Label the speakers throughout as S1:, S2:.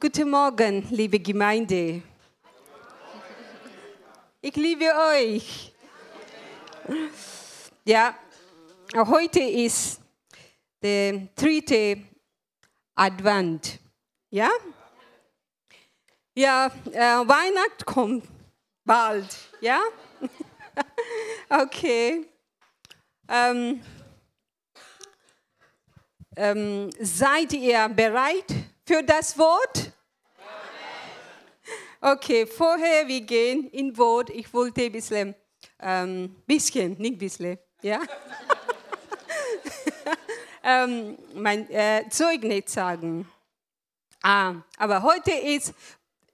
S1: Guten Morgen, liebe Gemeinde. Ich liebe euch. Ja, heute ist der dritte Advent. Ja? Ja, äh, Weihnacht kommt bald. Ja? okay. Ähm, ähm, seid ihr bereit für das Wort? Okay, vorher wir gehen in Wort. Ich wollte ein bisschen, ähm, bisschen, nicht bisschen, ja. ähm, mein äh, Zeugnis sagen. Ah, aber heute ist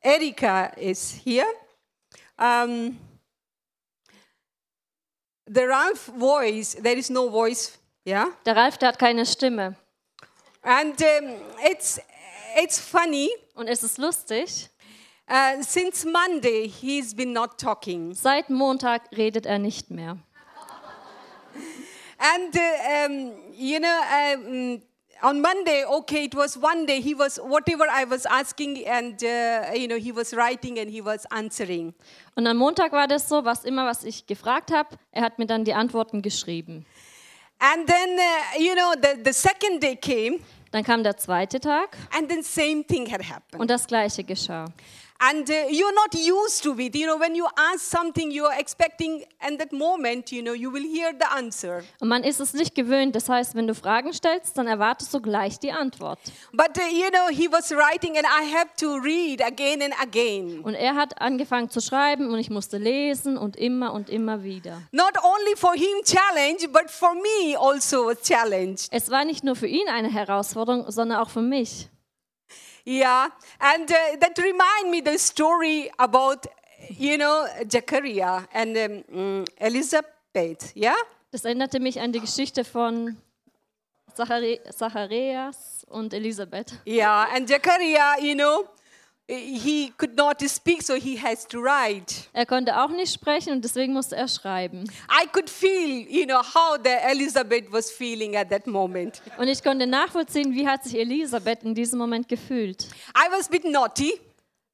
S1: Erika ist hier. Ähm, the Ralph voice, there is no voice, yeah.
S2: Der Ralf, der hat keine Stimme.
S1: And um, it's it's funny.
S2: Und es ist lustig,
S1: Uh, since Monday, he's been not talking.
S2: seit Montag redet er nicht mehr.
S1: And uh, um, you know, um, on Monday, okay, it was one day. He was whatever I was asking, and uh, you know, he was writing and he was answering.
S2: Und am Montag war das so, was immer, was ich gefragt habe, er hat mir dann die Antworten geschrieben.
S1: And then uh, you know, the the second day came,
S2: Dann kam der zweite Tag
S1: and then same thing had happened.
S2: und das gleiche geschah.
S1: And uh, you're not used to it. You know, when you ask something, you are expecting, and that moment, you know, you will hear the answer.
S2: Und man ist es nicht gewöhnt, das heißt, wenn du Fragen stellst, dann erwartest du gleich die Antwort.
S1: But uh, you know, he was writing, and I have to read again and again.
S2: Und er hat angefangen zu schreiben und ich musste lesen und immer und immer wieder.
S1: Not only for him challenge, but for me also a challenge.
S2: Es war nicht nur für ihn eine Herausforderung, sondern auch für mich.
S1: Yeah, and uh, that remind me the story about you know Zachariah and um, mm, Elizabeth. Yeah,
S2: Das erinnerte mich an die Geschichte von Zachari Zacharias und Elisabeth.
S1: yeah, and Zachariah, you know, he could not speak, so he has to write.
S2: Er konnte auch nicht sprechen und deswegen musste er schreiben.
S1: I could feel, you know, how the Elizabeth was feeling at that moment.
S2: Und ich konnte nachvollziehen, wie hat sich Elisabeth in diesem Moment gefühlt.
S1: I was a bit naughty.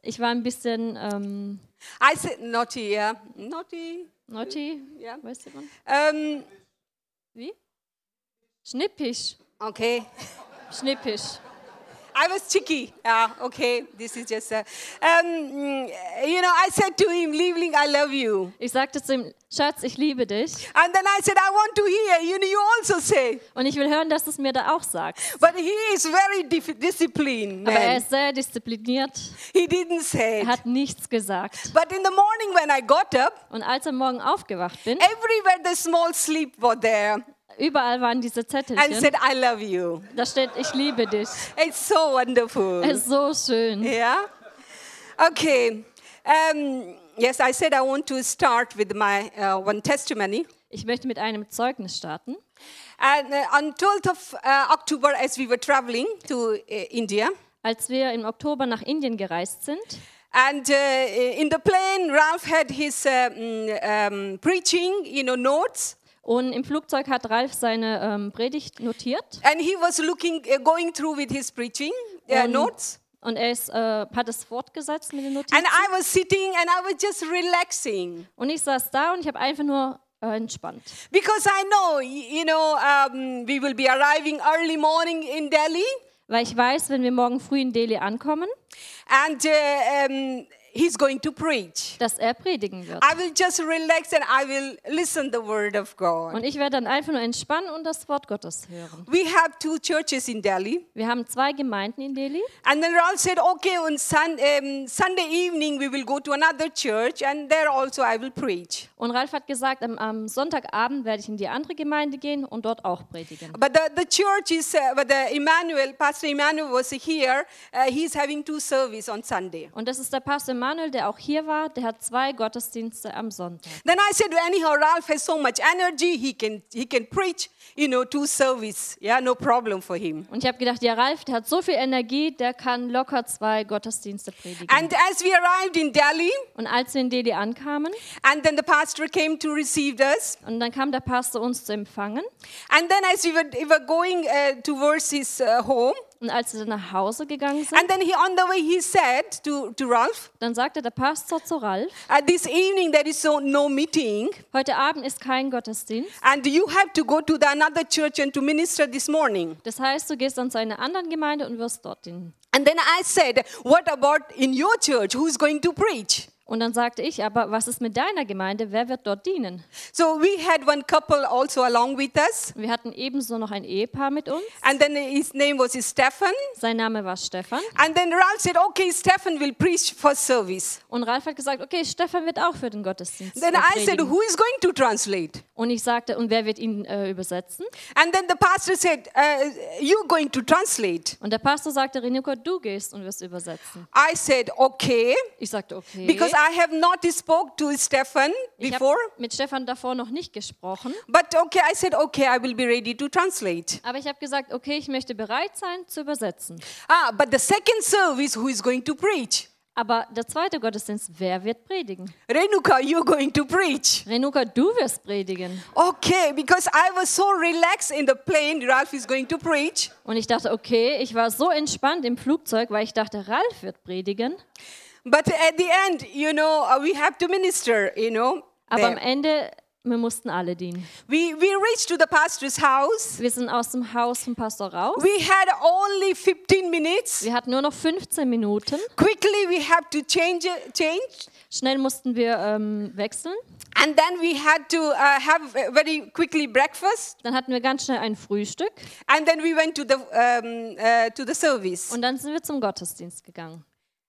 S2: Ich war ein bisschen ähm,
S1: I said naughty, yeah, naughty.
S2: naughty,
S1: Ja.
S2: weißt du man?
S1: Um,
S2: Wie? Schnippisch,
S1: okay,
S2: schnippisch.
S1: I was cheeky. Yeah, okay. This is just, a, um, mm, you know, I said to him, "Liebling, I love you."
S2: Ich sagte zu ihm, Schatz, ich liebe dich
S1: And then I said, "I want to hear." You know, you also say,
S2: und ich will hören, dass du es mir da auch sagst.
S1: but he is very dif- disciplined
S2: Aber er
S1: man.
S2: ist sehr diszipliniert,
S1: He didn't say
S2: er
S1: it.
S2: hat nichts gesagt.
S1: But in the morning when I got up,
S2: Und als er morgen aufgewacht bin,
S1: everywhere the small sleep were there,
S2: überall waren diese
S1: and
S2: Zettelchen.
S1: said, "I love you."
S2: Da steht, ich liebe dich.
S1: It's so wonderful.
S2: Es ist so schön.
S1: Yeah? Okay. Um, yes, I said I want to start with my uh, one testimony.
S2: Ich möchte mit einem Zeugnis starten.
S1: And uh, on 12th of uh, October, as we were traveling to uh, India,
S2: Als wir im Oktober nach Indien gereist sind,
S1: and uh, in the plane, Ralph had his uh, mm, um, preaching, you know, notes,
S2: und im Flugzeug hat Ralf seine ähm, Predigt notiert
S1: and he was looking, uh, going through with his preaching uh,
S2: Und-
S1: notes.
S2: und er ist, äh, hat es fortgesetzt mit den Notizen.
S1: And I was sitting and I was just relaxing
S2: Und ich saß da und ich habe einfach nur äh, entspannt,
S1: because I know, y- you know, um, we will be arriving early morning in Delhi.
S2: weil ich weiß, wenn wir morgen früh in Delhi ankommen,
S1: and uh, um, he's going to preach.
S2: dass er predigen wird.
S1: I will just relax and I will listen the word of God.
S2: Und ich werde dann einfach nur entspannen und das Wort Gottes hören.
S1: We have two churches in Delhi,
S2: Wir haben zwei Gemeinden in Delhi.
S1: and then Ralph said, "Okay, on sun, um, Sunday evening we will go to another church, and there also I will preach."
S2: Und Ralf hat gesagt, am, am Sonntagabend werde ich in die andere Gemeinde gehen und dort auch predigen.
S1: But the, the church is, uh, but the Emmanuel, Pastor Emmanuel was here. Uh, he's having two service on Sunday.
S2: Und das ist der Pastor Manuel, der auch hier war. Der hat zwei Gottesdienste am Sonntag.
S1: Then I said, anyhow, Ralph has so much energy. He can he can preach, you know, two service. Yeah, no problem for him.
S2: Und ich habe gedacht, ja Ralf, der hat so viel Energie, der kann locker zwei Gottesdienste predigen.
S1: And as we arrived in Delhi,
S2: und als wir in Delhi ankamen,
S1: and then the pastor came to receive us,
S2: und dann kam der Pastor uns zu empfangen.
S1: and then as we were, we were going uh, towards his uh, home,
S2: Und Und als sie dann nach Hause gegangen sind,
S1: And then he, on the way, he said to, to Ralph,
S2: dann sagte der Pastor zu Ralf,
S1: "At This evening there is so no meeting,
S2: heute Abend ist kein Gottesdienst.
S1: and you have to go to the another church and to minister this morning.
S2: Das heißt, du gehst dann zu einer anderen Gemeinde und wirst dort dienen.
S1: And then I said, What about in your church? Who's going to preach?
S2: Und dann sagte ich, aber was ist mit deiner Gemeinde? Wer wird dort dienen?
S1: So we had one couple also along with us.
S2: Wir hatten ebenso noch ein Ehepaar mit uns.
S1: And then his name was Stefan.
S2: Sein Name war Stefan.
S1: And then Ralph said, Okay, Stefan will preach first service.
S2: Und Ralf hat gesagt, okay, Stefan wird auch für den Gottesdienst
S1: Then I said,
S2: predigen.
S1: Who is going to translate?
S2: Und ich sagte, und wer wird ihn äh, übersetzen?
S1: And then the pastor said, uh, You're going to translate.
S2: Und der Pastor sagte, Reniko, du gehst und wirst übersetzen.
S1: I said, Okay,
S2: Ich sagte, okay.
S1: because I have not spoke to Stefan
S2: ich
S1: before.
S2: habe mit Stefan davor noch nicht gesprochen,
S1: But okay, I said, Okay, I will be ready to translate.
S2: aber ich habe gesagt, okay, ich möchte bereit sein zu übersetzen.
S1: Ah, but the second service, who is going to preach?
S2: Aber der zweite Gottesdienst, wer wird predigen?
S1: Renuka, you're going to preach.
S2: Renuka, du wirst predigen.
S1: Okay, because I was so relaxed in the plane, Ralph is going to preach.
S2: Und ich dachte, okay, ich war so entspannt im Flugzeug, weil ich dachte, Ralf wird predigen.
S1: But at the end, you know, uh, we have to minister, you know.
S2: Aber am
S1: there.
S2: Ende, wir mussten alle dienen.
S1: We, we reached to the pastor's house.
S2: Wir sind aus dem Haus vom Pastor raus.
S1: We had only 15 minutes.
S2: Wir hatten nur noch 15 Minuten.
S1: Quickly, we have to change, change.
S2: Schnell mussten wir ähm, wechseln.
S1: And then we had to uh, have uh, very quickly breakfast.
S2: Dann hatten wir ganz schnell ein Frühstück
S1: And then we went to the, um, uh, to the service.
S2: und dann sind wir zum Gottesdienst gegangen.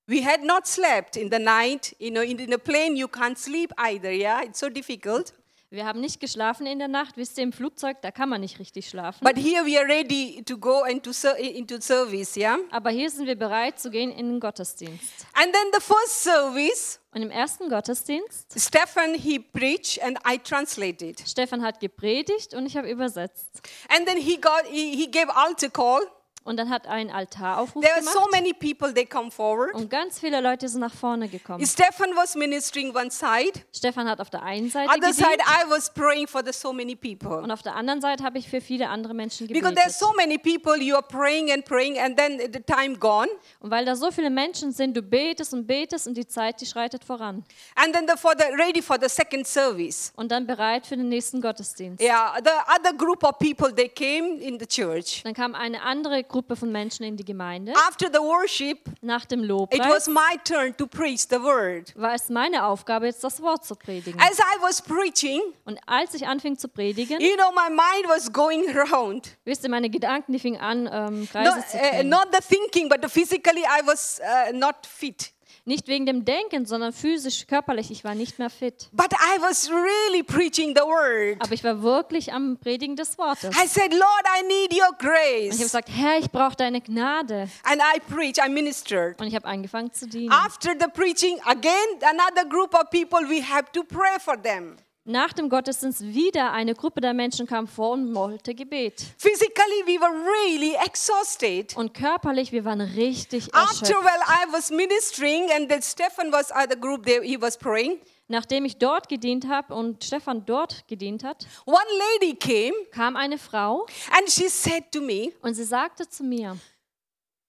S1: We had not slept in the night. You know, in, in a plane, you can't sleep either, yeah? It's so difficult.
S2: Wir haben nicht geschlafen in der Nacht. Wisst ihr, im Flugzeug, da kann man nicht richtig schlafen.
S1: But here we are ready to go and to ser- into service, yeah?
S2: Aber hier sind wir bereit zu gehen in den Gottesdienst.
S1: And then the first service,
S2: Und im ersten Gottesdienst,
S1: Stefan, he preached and I translated.
S2: Stefan hat gepredigt und ich habe übersetzt.
S1: And then he got he, he gave altar call.
S2: Und dann hat ein Altaraufruf
S1: There were so
S2: gemacht
S1: many people they come forward.
S2: und ganz viele Leute sind nach vorne gekommen.
S1: Stefan was ministering one side.
S2: Stefan hat auf der einen Seite
S1: Other side
S2: gedient
S1: I was praying for the so many people.
S2: und auf der anderen Seite habe ich für viele andere Menschen
S1: Because there's
S2: gebetet.
S1: so many people you are praying and praying and then the time gone.
S2: Und weil da so viele Menschen sind, du betest und betest und die Zeit, die schreitet voran.
S1: And then the, for the ready for the second service.
S2: Und dann bereit für den nächsten Gottesdienst.
S1: Yeah, the other group of people they came in the church.
S2: Dann kam eine andere Gruppe von Menschen in die Gemeinde.
S1: After the worship,
S2: Nach dem
S1: it
S2: Lobpreis
S1: was my turn to preach the word.
S2: war es meine Aufgabe, jetzt das Wort zu predigen.
S1: As I was preaching,
S2: Und als ich anfing zu predigen,
S1: you know, my mind was going round.
S2: wisst ihr, meine Gedanken, die fingen an, ähm,
S1: No,
S2: Kreise zu
S1: uh,
S2: drehen.
S1: not the thinking, but the physically, I was uh, not fit.
S2: Nicht wegen dem Denken, sondern physisch, körperlich. Ich war nicht mehr fit.
S1: But I was really preaching the word.
S2: Aber ich war wirklich am Predigen des Wortes.
S1: I said, Lord, I need your
S2: Und ich habe
S1: grace.
S2: gesagt, Herr, ich brauche deine Gnade.
S1: And I preached, I ministered.
S2: Und ich habe angefangen zu dienen.
S1: After the preaching, again, another group of people, we have to pray for them.
S2: Nach dem Gottesdienst wieder eine Gruppe der Menschen kam vor und wollte Gebet.
S1: Physically, we were really exhausted.
S2: Und körperlich, wir waren richtig
S1: After,
S2: erschöpft.
S1: well, I was ministering, and then Stefan was at the group there, he was praying.
S2: Nachdem ich dort gedient habe und Stefan dort gedient hat,
S1: One lady came,
S2: kam eine Frau
S1: and she said to me,
S2: und sie sagte zu mir,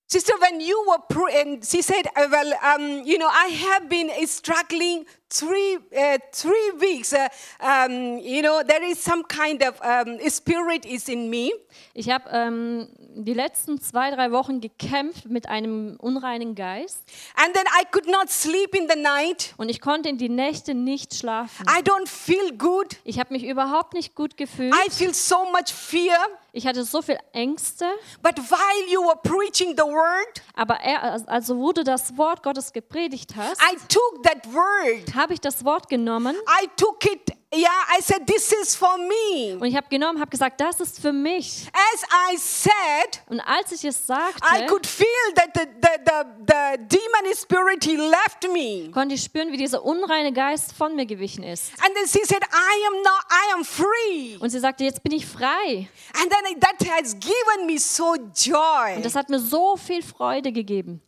S1: Sister, when you were praying, she said, uh, "Well, um, you know, I have been uh, struggling three uh, three weeks. Uh, um, you know, there is some kind of um, spirit is in me,
S2: ich habe ähm, die letzten zwei, drei Wochen gekämpft mit einem unreinen Geist
S1: and then I could not sleep in the night.
S2: und ich konnte in die Nächte nicht schlafen.
S1: I don't feel good.
S2: Ich habe mich überhaupt nicht gut gefühlt.
S1: I feel so much fear."
S2: Ich hatte so viel Ängste,
S1: But while you were preaching the word,
S2: aber er, also wo du das Wort Gottes gepredigt hast,
S1: I took that word.
S2: habe ich das Wort genommen
S1: I took it. Yeah, I said, "This is for me."
S2: Und ich habe genommen, habe gesagt, das ist für mich.
S1: As I said,
S2: Und als ich es sagte,
S1: I could feel that the, the, the, the demon spirit he left me.
S2: konnte ich spüren, wie dieser unreine Geist von mir gewichen ist.
S1: And then she said, I am not, I am free.
S2: Und sie sagte, jetzt bin ich frei.
S1: And then it- that has given me so joy.
S2: Und das hat mir so viel Freude gegeben.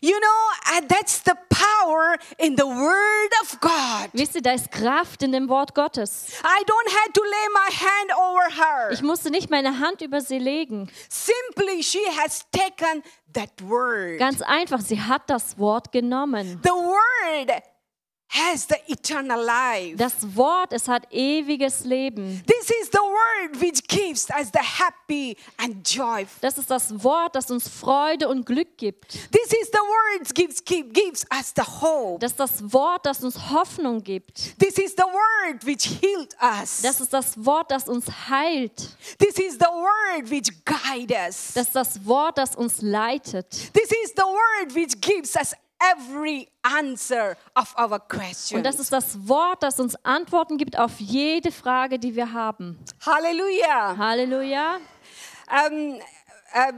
S1: You know, uh, and that's the power in the word of God.
S2: Wisst ihr, da ist Kraft in dem Wort Gottes.
S1: I don't have to lay my hand over her.
S2: Ich musste nicht meine Hand über sie legen.
S1: Simply, she has taken that word.
S2: Ganz einfach, sie hat das Wort genommen.
S1: The word has the eternal life.
S2: Das Wort, es hat ewiges Leben.
S1: This is the word which gives us the happy and joy.
S2: Das ist das Wort, das uns Freude und Glück gibt.
S1: This is the word gives keep, gives us the hope.
S2: Das ist das Wort, das uns Hoffnung gibt.
S1: This is the word which healed us.
S2: Das ist das Wort, das uns heilt.
S1: This is the word which guides us.
S2: Das ist das Wort, das uns leitet.
S1: This is the word which gives us every answer of our question.
S2: Und das ist das Wort, das uns Antworten gibt auf jede Frage, die wir haben.
S1: Hallelujah.
S2: Halleluja.
S1: Um, uh,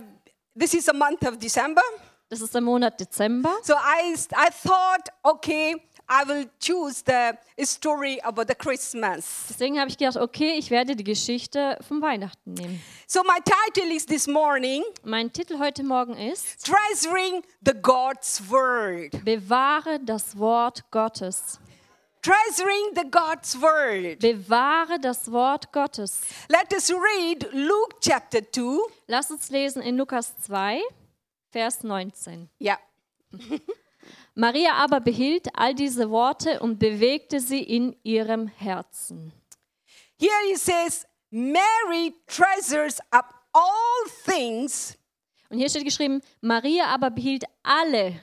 S1: this is the month of December.
S2: Das ist der Monat Dezember.
S1: So I, I thought, okay, I will choose the story about the Christmas.
S2: Deswegen habe ich gedacht, okay, ich werde die Geschichte vom Weihnachten nehmen.
S1: So my title is this morning,
S2: Mein Titel heute Morgen ist
S1: Treasuring the God's Word.
S2: Bewahre das Wort Gottes.
S1: Treasuring the God's Word.
S2: Bewahre das Wort Gottes.
S1: Let us read Luke chapter 2.
S2: Lass uns lesen in Lukas 2, Vers 19.
S1: Yeah.
S2: Maria aber behielt all diese Worte und bewegte sie in ihrem Herzen.
S1: Here it says, Mary treasures up all things
S2: Und hier steht geschrieben, Maria aber behielt alle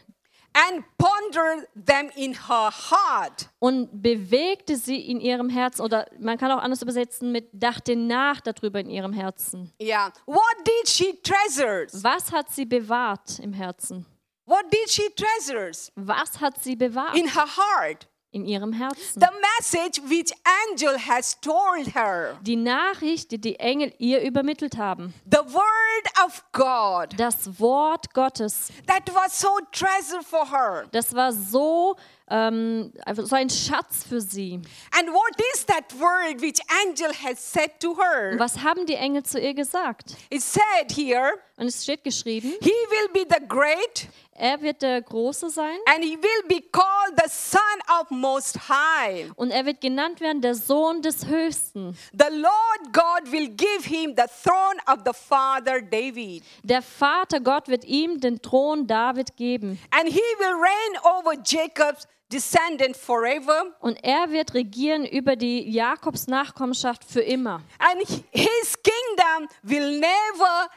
S1: and ponder them in her heart.
S2: und bewegte sie in ihrem Herzen. Oder man kann auch anders übersetzen mit dachte nach darüber in ihrem Herzen.
S1: Yeah. What did she treasures?
S2: Was hat sie bewahrt im Herzen?
S1: What did she treasures
S2: Was hat sie bewahrt
S1: in her heart?
S2: in ihrem Herzen?
S1: The message which angel has told her.
S2: Die Nachricht, die die Engel ihr übermittelt haben.
S1: The word of God.
S2: Das Wort Gottes.
S1: That was so treasure for her.
S2: Das war so, ähm, einfach so ein Schatz für sie.
S1: And what is that word which angel has said to her?
S2: Was haben die Engel zu ihr gesagt?
S1: It said here,
S2: Und es steht geschrieben,
S1: he will be the great
S2: er wird der Große sein
S1: and he will be called the son of most high.
S2: und er wird genannt werden der Sohn des Höchsten.
S1: The Lord God will give him the throne of the father David,
S2: Der Vater Gott wird ihm den Thron David geben
S1: and he will reign over Jacob's descendant forever,
S2: und er wird regieren über die Jakobs Nachkommenschaft für immer.
S1: and his kingdom will never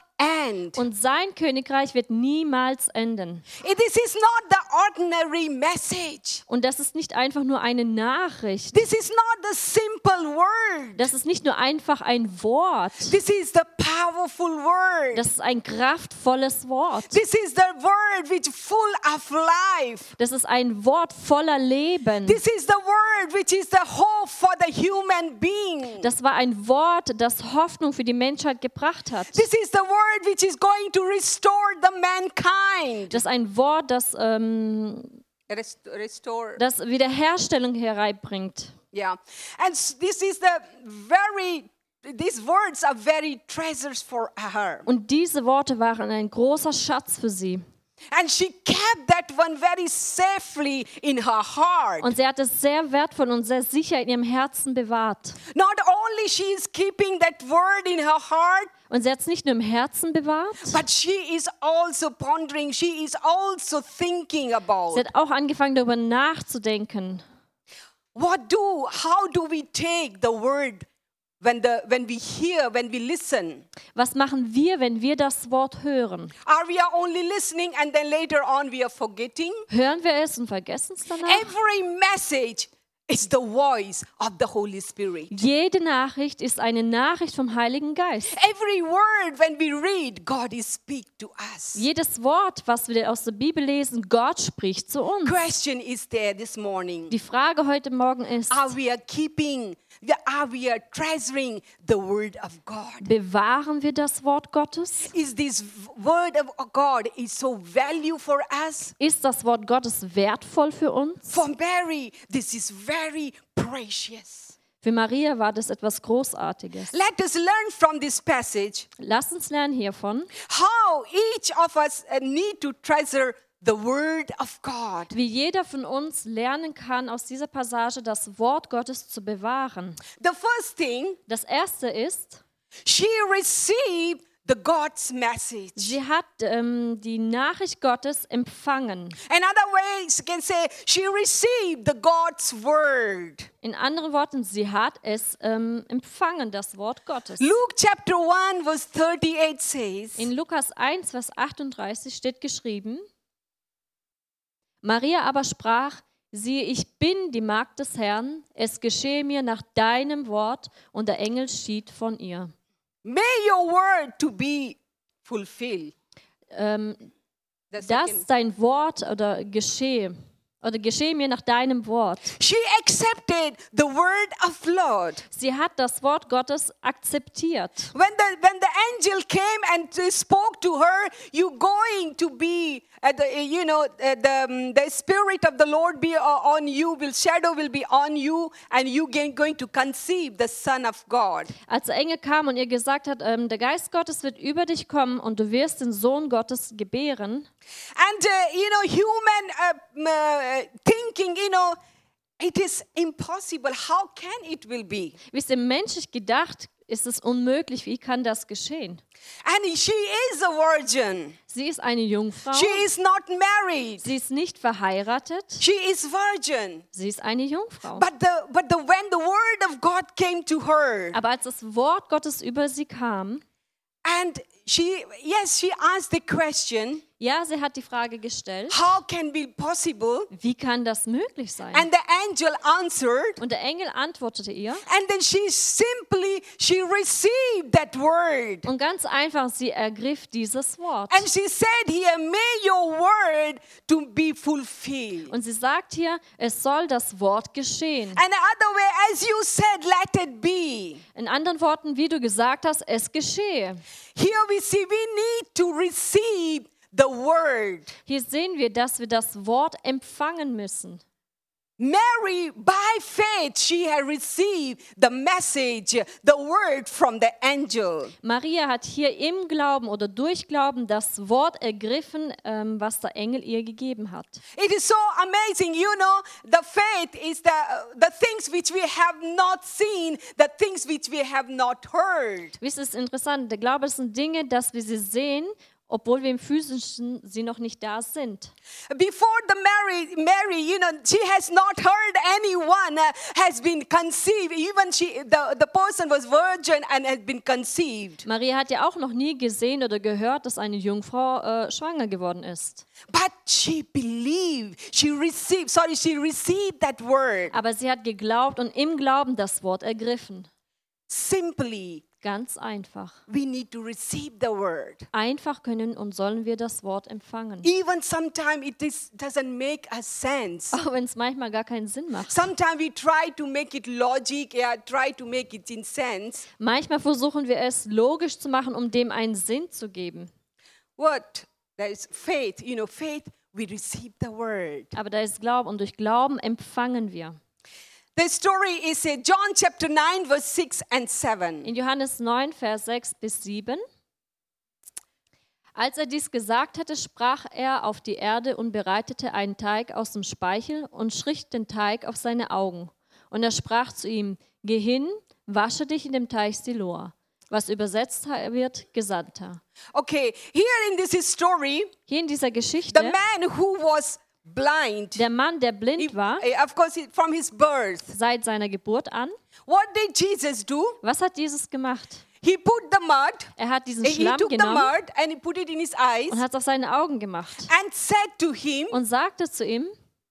S1: end.
S2: Und sein Königreich wird niemals enden.
S1: This is not the ordinary message.
S2: Und das ist nicht einfach nur eine Nachricht.
S1: This is not the simple word.
S2: Das ist nicht nur einfach ein Wort.
S1: This is the powerful word.
S2: Das ist ein kraftvolles Wort.
S1: This is the word which full of life.
S2: Das ist ein Wort voller Leben.
S1: This is the word which is the hope for the human being.
S2: Das war ein Wort, das Hoffnung für die Menschheit gebracht hat.
S1: This is the word which is going to restore the mankind.
S2: Das ist ein Wort, das, ähm,
S1: Restore.
S2: das Wiederherstellung hereinbringt.
S1: Yeah. And s- this is the very these words are very treasures for her.
S2: Und diese Worte waren ein großer Schatz für sie.
S1: And she kept that one very safely in her heart.
S2: Und sie hat es sehr wertvoll und sehr sicher in ihrem Herzen bewahrt.
S1: Not only she is keeping that word in her heart,
S2: Und sie hat es nicht nur im Herzen bewahrt,
S1: but she is also pondering, she is also thinking
S2: sie
S1: about
S2: hat auch angefangen darüber nachzudenken.
S1: what do how do we take the word when the when we hear, when we listen?
S2: Was machen wir, wenn wir das Wort hören?
S1: Are we are only listening and then later on we are forgetting?
S2: Hören wir es und vergessen es danach?
S1: Every message is the voice of the Holy Spirit.
S2: Jede Nachricht ist eine Nachricht vom Heiligen Geist.
S1: Every word when we read, God is speak to us.
S2: Jedes Wort, was wir aus der Bibel lesen, Gott spricht zu uns.
S1: Question is there this morning.
S2: Die Frage heute Morgen ist,
S1: Are we are keeping, are we are treasuring the word of God?
S2: bewahren wir das Wort Gottes?
S1: Is this word of God is so value for us?
S2: Ist das Wort Gottes wertvoll für uns?
S1: For Mary, this is very precious.
S2: Für Maria war das etwas Großartiges.
S1: Let us learn from this passage
S2: Lass uns lernen hiervon,
S1: how each of us uh, need to treasure the word of God.
S2: Wie jeder von uns lernen kann, aus dieser Passage das Wort Gottes zu bewahren.
S1: The first thing,
S2: Das erste ist,
S1: she received the God's message.
S2: sie hat ähm, die Nachricht Gottes empfangen.
S1: Another way you can say she received the God's word.
S2: In anderen Worten, sie hat es ähm, empfangen, das Wort Gottes.
S1: Luke chapter 1 verse 38 says,
S2: In Lukas 1, Vers 38 steht geschrieben, Maria aber sprach, siehe, ich bin die Magd des Herrn, es geschehe mir nach deinem Wort, und der Engel schied von ihr.
S1: May your word to be fulfilled.
S2: Ähm,
S1: The
S2: dass
S1: second-
S2: dein Wort oder geschehe, oder geschehe mir nach deinem Wort.
S1: She accepted the word of Lord.
S2: Sie hat das Wort Gottes akzeptiert.
S1: When the when the angel came and t- spoke to her, you going to be at the uh, you know uh, the um, the spirit of the Lord be o- on you, will shadow will be on you, and you gain- going to conceive the Son of God.
S2: Als der Engel kam und ihr gesagt hat, ähm, der Geist Gottes wird über dich kommen und du wirst den Sohn Gottes gebären,
S1: And uh, you know human uh, m- uh, thinking, you know. It is impossible. How can it will be?
S2: wie es im menschlich gedacht, ist es unmöglich. Wie kann das geschehen?
S1: And she is a virgin.
S2: Sie ist eine Jungfrau.
S1: She is not married.
S2: Sie ist nicht verheiratet.
S1: She is virgin.
S2: Sie ist eine Jungfrau.
S1: But the but the when the word of God came to her,
S2: Aber als das Wort Gottes über sie kam,
S1: And she, yes, she asked the question,
S2: ja, sie hat die Frage gestellt,
S1: how can be possible?
S2: wie kann das möglich sein?
S1: And the angel answered.
S2: Und der Engel antwortete ihr.
S1: And then she simply, she received that word.
S2: Und ganz einfach, sie ergriff dieses Wort.
S1: And she said here, may your word to be fulfilled.
S2: Und sie sagt hier, es soll das Wort geschehen.
S1: And the other way, as you said, let it be.
S2: In anderen Worten, wie du gesagt hast, es geschehe.
S1: Here we see we need to receive the word.
S2: Hier sehen wir, dass wir das Wort empfangen müssen.
S1: Mary, by faith, she had received the message, the word from the angel.
S2: Maria hat hier im Glauben oder durch Glauben das Wort ergriffen, ähm, was der Engel ihr gegeben hat.
S1: It is so amazing, you know. The faith is the the things which we have not seen, the things which we have not heard.
S2: Wisst ihr, es ist interessant, der Glaube sind Dinge, dass wir sie sehen, obwohl wir im Physischen sie noch nicht da sind.
S1: Before the Mary, Mary, you know, she has not heard anyone uh, has been conceived. Even she, the, the person was virgin and had been conceived.
S2: Maria hat ja auch noch nie gesehen oder gehört, dass eine Jungfrau äh, schwanger geworden ist.
S1: But she believed, she received, sorry, she received that word
S2: Aber sie hat geglaubt und im Glauben das Word ergriffen.
S1: simply.
S2: Ganz einfach.
S1: We need to receive the word.
S2: Einfach können und sollen wir das Wort empfangen.
S1: Even sometimes it is, doesn't make a sense.
S2: Auch wenn es manchmal gar keinen Sinn macht.
S1: Sometimes we try to make it logic, yeah, try to make it in sense.
S2: Manchmal versuchen wir es logisch zu machen, um dem einen Sinn zu geben.
S1: What? There is faith. You know, faith, we receive the word.
S2: Aber da ist Glauben und durch Glauben empfangen wir.
S1: The story is in John chapter 9, verse 6 and 7.
S2: In Johannes 9, Vers 6 bis 7. Als er dies gesagt hatte, sprach er auf die Erde und bereitete einen Teig aus dem Speichel und strich den Teig auf seine Augen. Und er sprach zu ihm: Geh hin, wasche dich in dem Teich Siloa, was übersetzt wird Gesandter.
S1: Okay, here in this story,
S2: Hier in dieser
S1: the
S2: Geschichte,
S1: man who was blind,
S2: der Mann, der
S1: he-
S2: blind war,
S1: eh, of course, he- from his birth,
S2: seit seiner Geburt an,
S1: what did Jesus do?
S2: was hat Jesus gemacht?
S1: He put the mud,
S2: Er hat diesen
S1: eh, he
S2: Schlamm
S1: took the
S2: genommen
S1: mud and he put it in his eyes
S2: und hat es auf seine Augen gemacht
S1: and said to him,
S2: und sagte zu ihm: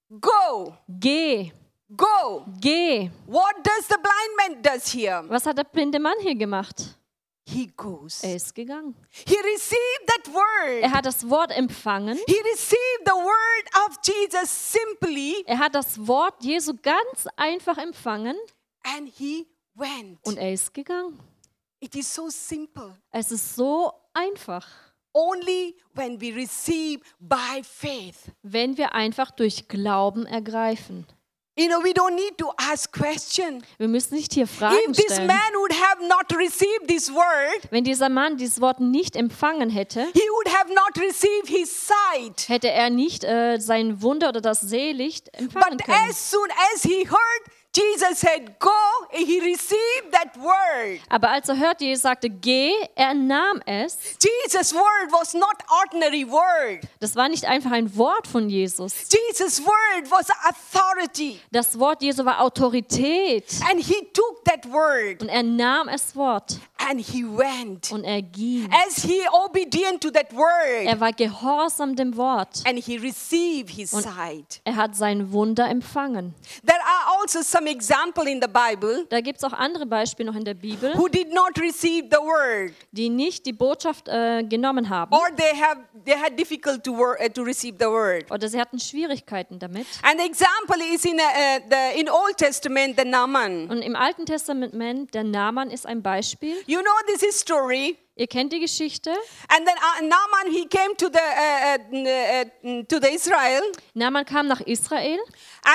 S1: Go,
S2: Geh,
S1: go.
S2: geh.
S1: What does the blind man does here?
S2: Was hat der blinde Mann hier gemacht?
S1: He goes.
S2: Er ist gegangen.
S1: He received that
S2: Er
S1: word.
S2: hat das Wort empfangen.
S1: He received the word of Jesus simply
S2: Er hat das Wort Jesu ganz einfach empfangen
S1: and he went.
S2: und er ist gegangen.
S1: It is so simple.
S2: Es ist so einfach,
S1: Only when we receive by faith.
S2: wenn wir einfach durch Glauben ergreifen.
S1: You know, we don't need to ask question.
S2: Wir müssen nicht hier Fragen
S1: If this
S2: stellen.
S1: man would have not received this word,
S2: Wenn dieser Mann dieses Wort nicht empfangen hätte,
S1: he would have not received his sight.
S2: hätte er nicht äh, sein Wunder oder das Seelicht empfangen
S1: But
S2: können.
S1: as soon as he heard, Jesus said, Go, he received that word.
S2: Aber als er hörte, Jesus sagte, geh, er nahm es.
S1: Jesus' word was not ordinary word.
S2: Das war nicht einfach ein Wort von Jesus.
S1: Jesus' word was authority.
S2: Das Wort Jesu war Autorität.
S1: And he took that word
S2: Und er nahm es Wort
S1: and he went.
S2: und er ging.
S1: As he obedient to that word
S2: Er war gehorsam dem Wort.
S1: and he received his sight.
S2: Er hat sein Wunder empfangen.
S1: There are also some example in the Bible
S2: Da gibt es auch andere Beispiele noch in der Bibel,
S1: who did not receive the word
S2: die nicht die Botschaft äh, genommen haben.
S1: or they have they had difficult to wor- uh, to receive the word.
S2: Oder sie hatten Schwierigkeiten damit.
S1: An example is in uh, uh, the in Old Testament the Naaman.
S2: Und im Alten Testament, der Naaman ist ein Beispiel.
S1: You know this is story.
S2: Ihr kennt die Geschichte.
S1: And then uh, Naaman he came to the uh, uh, uh, to the Israel,
S2: Naaman kam nach Israel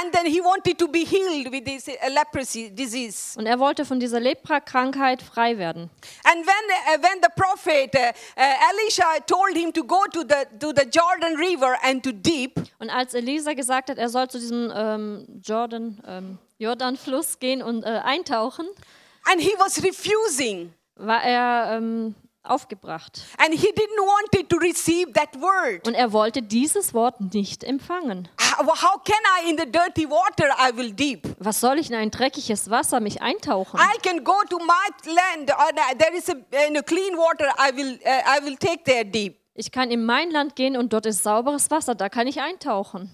S1: and then he wanted to be healed with this uh, leprosy disease.
S2: und er wollte von dieser Lepra-Krankheit frei werden.
S1: And when uh, when the prophet uh, uh, Elisha told him to go to the to the Jordan River and to dip,
S2: Und als Elisa gesagt hat, er soll zu diesem ähm, Jordan, ähm, Jordanfluss gehen und äh, eintauchen,
S1: and he was refusing,
S2: war er ähm, aufgebracht.
S1: and he didn't want it to receive that word.
S2: Und er wollte dieses Wort nicht empfangen.
S1: How how can I in the dirty water I will dip?
S2: Was soll ich in ein dreckiges Wasser mich eintauchen?
S1: I can go to my land. and I- there is a you know, clean water. I will uh, I will take there deep.
S2: Ich kann in mein Land gehen und dort ist sauberes Wasser, da kann ich eintauchen.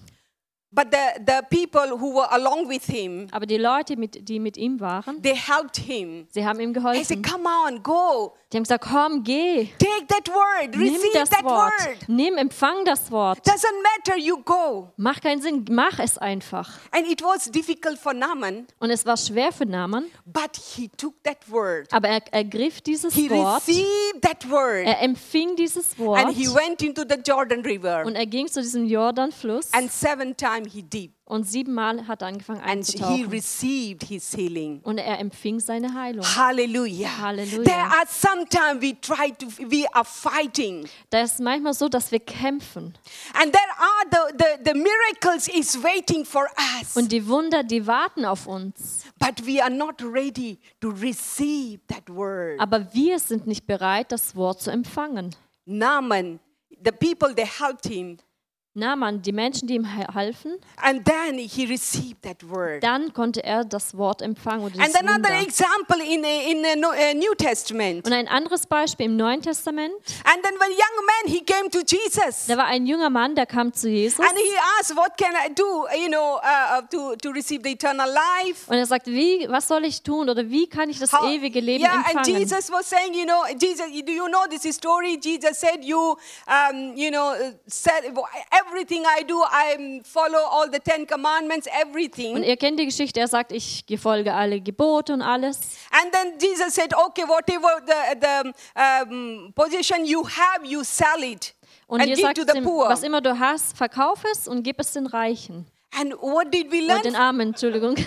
S1: But the, the people who were along with him,
S2: Aber die Leute, mit, die mit ihm waren,
S1: they helped him.
S2: sie haben ihm
S1: I
S2: geholfen.
S1: said, Come on, go.
S2: Die haben gesagt, komm, geh,
S1: Take that word.
S2: nimm
S1: Receive
S2: das
S1: that
S2: Word,
S1: word.
S2: nimm, empfang das Wort.
S1: Doesn't matter, you go.
S2: Mach keinen Sinn, mach es einfach.
S1: And it was difficult for Naaman,
S2: Und es war schwer für Naaman,
S1: but he took that word.
S2: aber er ergriff dieses
S1: He
S2: Wort,
S1: received that word.
S2: er empfing dieses Wort
S1: And he went into the Jordan River.
S2: und er ging zu diesem Jordanfluss
S1: And seven times he dipped.
S2: und siebenmal hat er angefangen
S1: And he
S2: einzutauchen.
S1: received his healing.
S2: Und er empfing seine Heilung.
S1: Hallelujah.
S2: Hallelujah.
S1: There are sometimes we try to, we are fighting.
S2: Da ist manchmal so, dass wir kämpfen.
S1: And there are the, the, the miracles is waiting for us.
S2: Und die Wunder, die warten auf uns.
S1: But we are not ready to receive that word.
S2: Aber wir sind nicht bereit, das Wort zu empfangen.
S1: Naaman, the people they helped him,
S2: Naaman, die Menschen, die ihm he- halfen,
S1: and then he received that word.
S2: dann konnte er das Wort empfangen. Oder
S1: And
S2: dieses
S1: another
S2: Wunder.
S1: example in a, in a No- a New Testament.
S2: Und ein anderes Beispiel im Neuen Testament.
S1: And then when young man he came to Jesus
S2: Da war ein junger Mann, der kam zu Jesus
S1: and he asked, "What can I do, you know, uh, to to receive the eternal life?"
S2: und er sagt, wie, was soll ich tun oder wie kann ich das
S1: How-
S2: ewige Leben
S1: yeah, and
S2: empfangen?
S1: Jesus was saying, you know, Jesus, do you know this story? Jesus said, you, um, you know, said everything I do, I follow all the Ten Commandments, everything.
S2: Und ihr kennt die Geschichte, er sagt, ich folge alle Gebote und alles.
S1: And then Jesus said, okay, whatever the, the um, position you have, you sell it
S2: Und
S1: and
S2: ihr
S1: give
S2: sagt,
S1: to the
S2: ihm,
S1: poor.
S2: was immer du hast, verkauf es und gib es den Reichen.
S1: And what did we
S2: Oder
S1: learn?
S2: den Armen, Entschuldigung.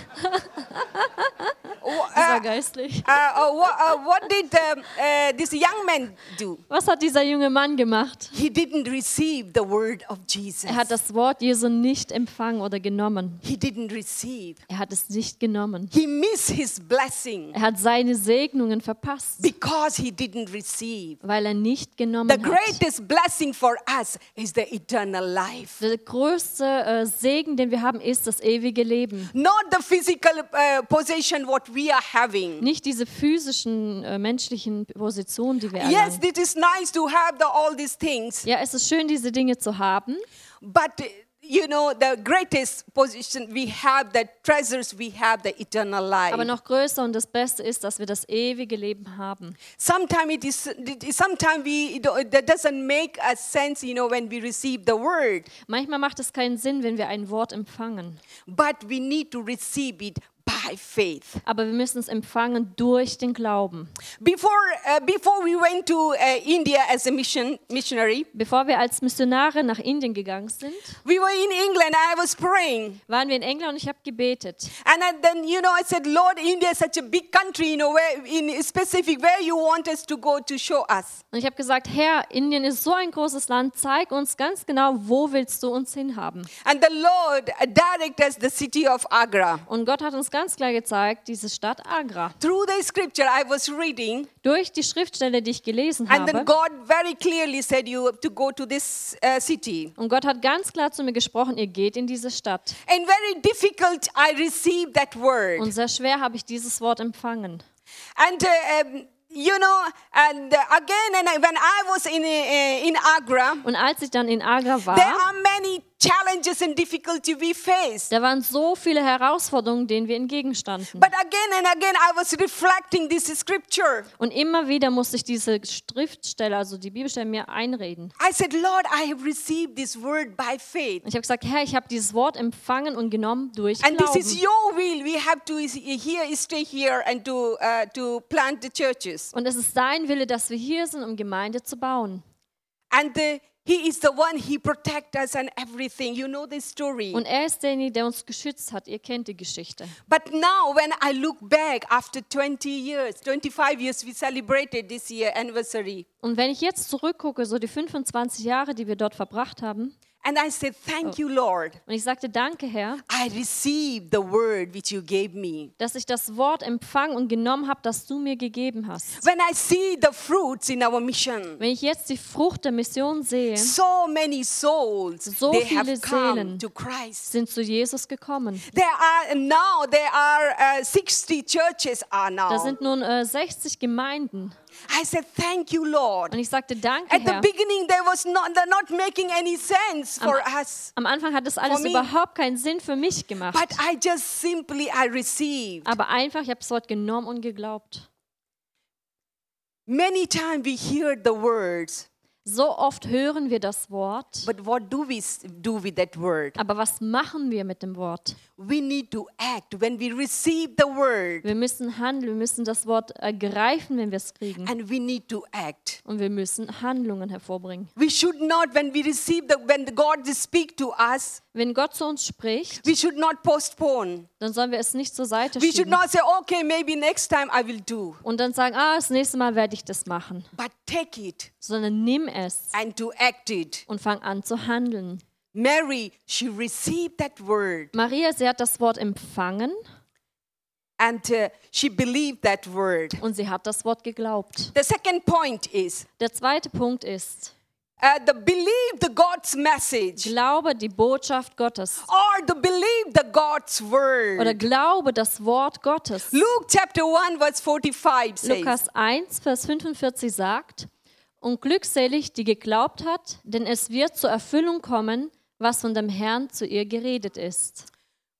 S2: Das war
S1: Uh,
S2: geistlich.
S1: uh, uh, what, uh, what did um, uh, this young man do?
S2: Was hat dieser junge Mann gemacht?
S1: He didn't receive the word of Jesus.
S2: Er hat das Wort Jesu nicht empfangen oder genommen.
S1: He didn't receive.
S2: Er hat es nicht genommen.
S1: He missed his blessing
S2: Er hat seine Segnungen verpasst,
S1: because he didn't receive.
S2: weil er nicht genommen
S1: The
S2: hat.
S1: greatest blessing for us is the eternal life.
S2: Der größte äh, Segen, den wir haben, ist das ewige Leben.
S1: Not the physical uh, possession what we are having.
S2: Nicht diese physischen, äh, menschlichen Positionen, die wir
S1: Yes,
S2: erlangen.
S1: it is nice to have the, all these things,
S2: Ja, es ist schön, diese Dinge zu haben,
S1: but uh, you know, the greatest position we have, the treasures we have, the eternal life.
S2: aber noch größer und das Beste ist, dass wir das ewige Leben haben.
S1: Sometimes it is, it is- sometimes we, it, don't- that doesn't make a sense, you know, when we receive the word,
S2: Manchmal macht es keinen Sinn, wenn wir ein Wort empfangen.
S1: but we need to receive it by by faith.
S2: Aber wir müssen es empfangen durch den Glauben.
S1: Before, uh, before we went to uh, India as a mission missionary,
S2: Bevor wir als Missionare nach Indien gegangen sind,
S1: we were in England. I was praying,
S2: waren wir in England und ich habe gebetet.
S1: and I, then you know I said, Lord, India is such a big country. You know, where in specific where you want us to go to show us.
S2: Und ich habe gesagt, Herr, Indien ist so ein großes Land, zeig uns ganz genau, wo willst du uns hinhaben.
S1: And the Lord uh, direct us the city of Agra.
S2: Und Gott hat uns ganz klar gezeigt, diese Stadt Agra.
S1: Through the scripture I was reading,
S2: Durch die Schriftstelle, die ich gelesen
S1: and then
S2: habe.
S1: God very clearly said, You have to go to this uh, city.
S2: Und Gott hat ganz klar zu mir gesprochen, ihr geht in diese Stadt.
S1: And very difficult, I received that word.
S2: Und sehr schwer habe ich dieses Wort empfangen.
S1: And uh, um, you know, and uh, again, and I, when I was in uh, in Agra,
S2: Und als ich dann in Agra
S1: there
S2: war,
S1: are many challenges and difficulty we face.
S2: da waren so viele Herausforderungen, denen wir entgegenstanden.
S1: But again and again, I was reflecting this scripture.
S2: Und immer wieder musste ich diese Schriftstelle, also die Bibelstelle, mir einreden.
S1: I said, Lord, I have received this word by faith.
S2: Und ich habe gesagt, Herr, ich habe dieses Wort empfangen und genommen durch
S1: And this is
S2: Glauben.
S1: your will. We have to is- here, stay here, and to uh, to plant the churches.
S2: Und es ist sein Wille, dass wir hier sind, um Gemeinde zu bauen.
S1: And uh he is the one. He protect us and everything. You know the story.
S2: Und er ist derjenige, der uns geschützt hat. Ihr kennt die Geschichte.
S1: But now, when I look back after 20 years, 25 years, we celebrated this year anniversary.
S2: Und wenn ich jetzt zurückgucke, so die 25 Jahre, die wir dort verbracht haben,
S1: And I said, Thank you, Lord.
S2: und ich sagte, danke Herr,
S1: I received the word which you gave me.
S2: dass ich das Wort empfangen und genommen habe, das du mir gegeben hast.
S1: When I see the fruits in our mission,
S2: Wenn ich jetzt die Frucht der Mission sehe,
S1: so many souls
S2: So
S1: they have
S2: viele
S1: come
S2: Seelen.
S1: to Christ.
S2: sind zu Jesus gekommen.
S1: There are now there are uh, 60 churches are
S2: Da
S1: now.
S2: sind nun äh, 60 Gemeinden.
S1: I said, Thank you, Lord.
S2: Und ich sagte, danke
S1: At the
S2: Herr.
S1: beginning, there was not they're not making any sense for us.
S2: Am Anfang hat das alles
S1: me-
S2: überhaupt keinen Sinn für mich gemacht.
S1: But I just simply I received.
S2: Aber einfach, ich habe das Wort genommen und geglaubt.
S1: Many times we hear the words,
S2: So oft hören wir das Wort,
S1: but what do we s- do with that word?
S2: aber was machen wir mit dem Wort?
S1: We need to act when we receive the word,
S2: Wir müssen handeln, wir müssen das Wort ergreifen, wenn wir es kriegen.
S1: and we need to act.
S2: Und wir müssen Handlungen hervorbringen.
S1: We should not, when we receive the when God speak to us,
S2: Wenn Gott zu uns spricht,
S1: we should not postpone.
S2: dann sollen wir es nicht zur Seite
S1: We should
S2: schieben
S1: not say, okay, maybe next time I will do.
S2: und dann sagen, ah, das nächste Mal werde ich das machen,
S1: But take it
S2: sondern nimm es
S1: and to act it.
S2: und fang an zu handeln.
S1: Mary, she received that word
S2: Maria, sie hat das Wort empfangen
S1: and uh, she believed that word.
S2: und sie hat das Wort geglaubt.
S1: The second point is
S2: Der zweite Punkt ist,
S1: uh, the believe the God's message.
S2: glaube die Botschaft Gottes
S1: or to believe the God's
S2: oder
S1: word.
S2: glaube das Wort Gottes.
S1: Luke chapter 1 verse 45 says,
S2: Lukas 1, Vers 45 sagt, und glückselig, die geglaubt hat, denn es wird zur Erfüllung kommen, was von dem Herrn zu ihr geredet ist.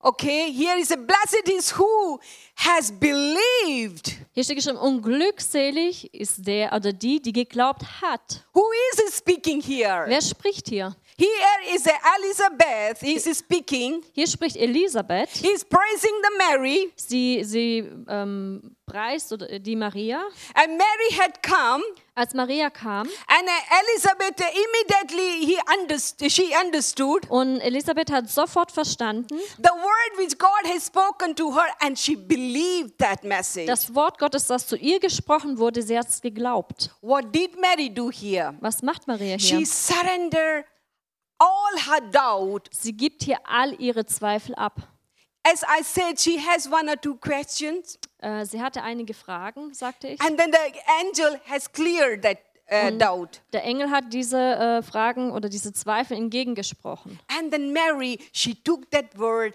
S1: okay, here is a blessed is who has believed.
S2: Hier steht geschrieben, und glückselig ist der oder die, die geglaubt hat.
S1: Who is speaking here?
S2: Wer spricht hier?
S1: Here is Elizabeth is speaking.
S2: Hier spricht Elisabeth.
S1: He's praising the Mary,
S2: Sie, sie ähm, preist oder- die Maria.
S1: and Mary had come,
S2: Als Maria kam
S1: and uh, Elizabeth uh, immediately he underst- she understood
S2: und Elisabeth hat sofort verstanden,
S1: the word which God has spoken to her, and she believed that message.
S2: das Wort Gottes, das zu ihr gesprochen wurde, sie hat es geglaubt.
S1: what did Mary do here?
S2: Was macht Maria hier?
S1: She surrendered all her doubt.
S2: Sie gibt hier all ihre Zweifel ab.
S1: As I said, she has one or two questions,
S2: Äh, sie hatte einige Fragen, sagte ich.
S1: and then the angel has cleared that uh, doubt.
S2: Der Engel hat diese äh, Fragen oder diese Zweifel entgegengesprochen.
S1: And then Mary, she took that word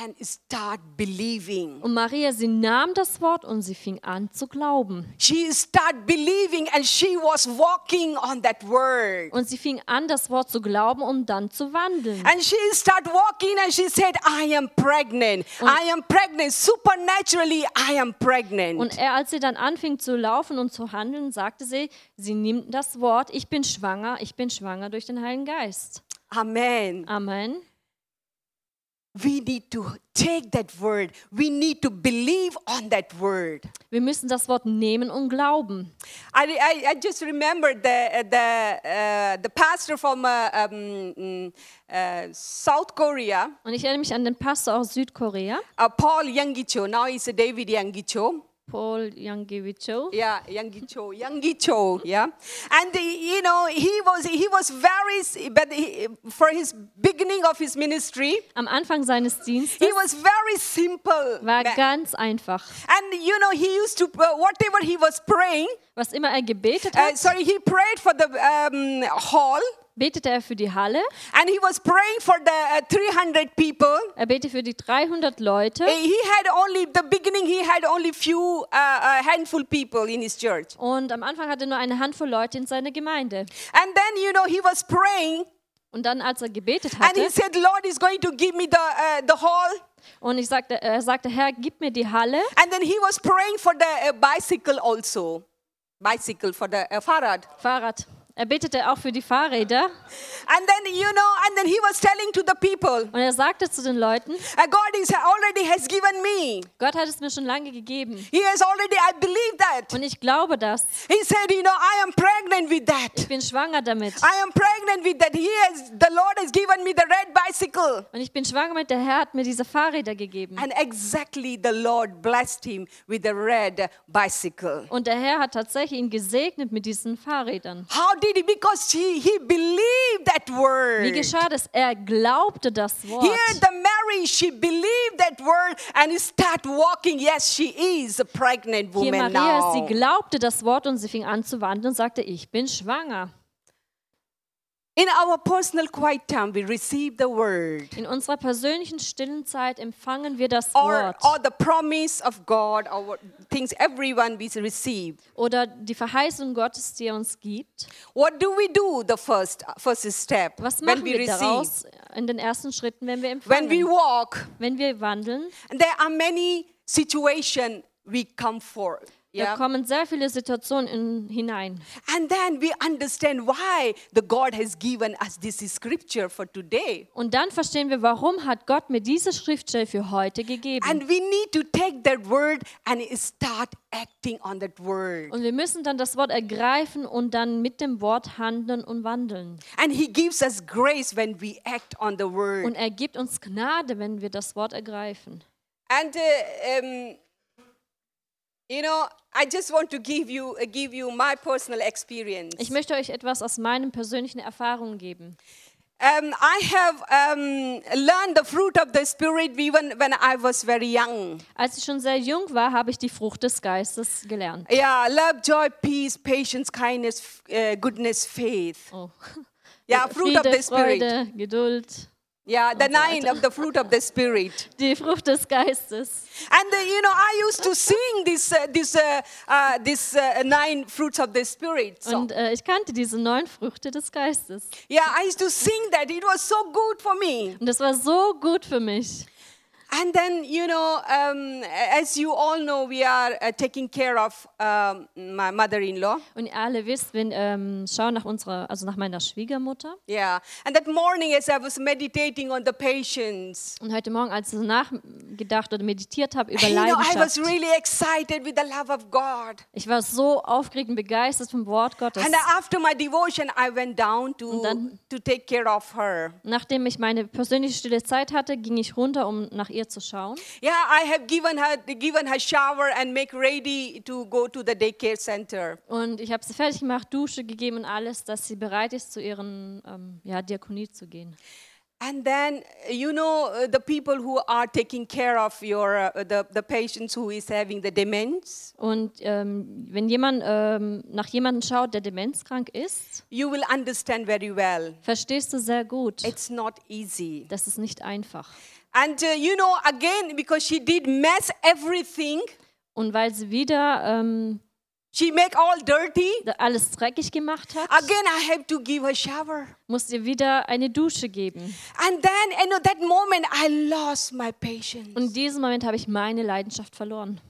S1: and start believing.
S2: Und Maria, sie nahm das Wort und sie fing an zu glauben.
S1: She start believing, and she was walking on that word.
S2: Und sie fing an, das Wort zu glauben und dann zu wandeln.
S1: And she start walking, and she said, "I am pregnant. I am pregnant. Supernaturally, I am pregnant."
S2: Und er, als sie dann anfing zu laufen und zu handeln, sagte sie, sie nimmt das Wort, ich bin schwanger, ich bin schwanger durch den Heiligen Geist.
S1: Amen.
S2: Amen.
S1: we need to take that word. We need to believe on that word.
S2: Wir müssen das Wort nehmen und glauben.
S1: I, I, I just remembered the, the, uh, the pastor from uh, um, mm, uh, South Korea,
S2: Und ich erinnere mich an den Pastor aus Südkorea,
S1: uh, Paul Youngie Cho. Now he's David Youngie Cho.
S2: Paul Yangewicho.
S1: Yeah, Youngie Cho, Youngie Cho. Yeah, and uh, you know he was he was very s- but he, for his beginning of his ministry
S2: Am Anfang seines Dienstes
S1: he was very simple.
S2: war
S1: man.
S2: ganz einfach.
S1: And you know he used to uh, whatever he was praying.
S2: Was immer er gebetet
S1: Uh,
S2: hat,
S1: sorry, he prayed for the um, hall.
S2: betete er für die Halle,
S1: And he was praying for the uh, 300 people.
S2: er betete für die 300 Leute
S1: Uh, He had only, the beginning, he had only few, uh, uh, handful people in his church.
S2: und am Anfang hatte er nur eine Handvoll Leute in seiner Gemeinde.
S1: And then, you know, he was praying
S2: Und dann, als er gebetet
S1: and
S2: hatte
S1: he said, Lord is going to give me the, uh, the hall.
S2: und ich sagte, er sagte, Herr, gib mir die Halle,
S1: And then he was praying for the uh, bicycle also. Bicycle for the uh, Farad.
S2: Fahrrad. Er betete auch für die Fahrräder
S1: And then, you know, and then he was telling to the people,
S2: und er sagte zu den Leuten,
S1: uh, God is already has given me.
S2: Gott hat es mir schon lange gegeben
S1: He has already, I believe that.
S2: und ich glaube das.
S1: He said, you know, I am pregnant with that.
S2: Ich bin schwanger damit.
S1: I am pregnant with that. He has, the Lord has given me the red bicycle.
S2: Und ich bin schwanger mit, der Herr hat mir diese Fahrräder gegeben.
S1: And exactly the Lord blessed him with the red bicycle.
S2: Und der Herr hat tatsächlich ihn gesegnet mit diesen Fahrrädern.
S1: How did he? Because he, he believed that word.
S2: Wie geschah das? Er glaubte das
S1: Here,
S2: Wort.
S1: the Mary, she believed that word and start walking. Yes, she is a pregnant
S2: Hier
S1: woman
S2: Maria,
S1: now.
S2: sie glaubte das Wort und sie fing an zu wandeln und sagte, ich bin schwanger.
S1: In our personal quiet time, we receive the word
S2: In unserer persönlichen stillen Zeit empfangen wir das
S1: or,
S2: Wort
S1: or the promise of God or what- things everyone we receive.
S2: oder die Verheißung Gottes, die er uns gibt.
S1: What do we do the first first step
S2: Was
S1: when
S2: machen
S1: we
S2: wir
S1: receive?
S2: daraus in den ersten Schritten, wenn wir
S1: When we
S2: empfangen?
S1: walk,
S2: Wenn wir wandeln,
S1: there are many situation we come for.
S2: da
S1: Yeah?
S2: kommen sehr viele Situationen in, hinein.
S1: And then we understand why the God has given us this scripture for today.
S2: Und dann verstehen wir, warum hat Gott mir diese Schriftstelle für heute gegeben.
S1: And we need to take that word and start acting on that word.
S2: Und wir müssen dann das Wort ergreifen und dann mit dem Wort handeln und wandeln.
S1: And he gives us grace when we act on the word.
S2: Und er gibt uns Gnade, wenn wir das Wort ergreifen.
S1: And uh, um, you know, I just want to give you uh, give you my personal experience.
S2: Ich möchte euch etwas aus meinen persönlichen Erfahrungen geben.
S1: Um, I have um, learned the fruit of the Spirit even when I was very young.
S2: Als ich schon sehr jung war, habe ich die Frucht des Geistes gelernt.
S1: Yeah, love, joy, peace, patience, kindness, f- uh, goodness, faith.
S2: Oh.
S1: Yeah, fruit of
S2: Friede,
S1: the Spirit.
S2: Freude, Geduld,
S1: Yeah, the nine of the fruit of the Spirit.
S2: die Frucht des Geistes.
S1: And uh, you know, I used to sing this uh, this uh, uh, this uh, nine fruits of the Spirit. song.
S2: Und äh, ich kannte diese neun Früchte des Geistes.
S1: yeah, I used to sing that. It was so good for me.
S2: Und das war so gut für mich.
S1: And then, you know, um, as you all know, we are uh, taking care of um, my mother-in-law.
S2: Und ihr alle wisst, wenn ähm, schauen nach unserer, also nach meiner Schwiegermutter.
S1: Yeah. And that morning, as I was meditating on the patience,
S2: Und heute Morgen, als ich so nachgedacht oder meditiert habe über
S1: you know, I was
S2: Leidenschaft,
S1: really excited with the love of God.
S2: ich war so aufgeregt und begeistert vom Wort Gottes.
S1: And after my devotion, I went down to,
S2: dann-
S1: to take care of her.
S2: Nachdem ich meine persönliche stille Zeit hatte, ging ich runter, um nach ihr zu schauen.
S1: Yeah, I have given her given her shower and make ready to go to the daycare center.
S2: Und ich habe sie fertig gemacht, Dusche gegeben und alles, dass sie bereit ist, zu ihren ähm, ja, Diakonie zu gehen.
S1: And then, you know, uh, the people who are taking care of your uh, the, the patients who is having the demence,
S2: Und ähm, wenn jemand ähm, nach jemandem schaut, der demenzkrank ist,
S1: you will understand very well.
S2: verstehst du sehr gut,
S1: It's not easy.
S2: das ist nicht einfach.
S1: And uh, you know, again, because she did mess everything,
S2: Und weil sie wieder ähm,
S1: she make all dirty.
S2: da- alles dreckig gemacht hat,
S1: Again, I have to give her shower.
S2: musst ihr wieder eine Dusche geben.
S1: And then, you know, that moment, I lost my patience.
S2: Und in diesem Moment habe ich meine Leidenschaft verloren.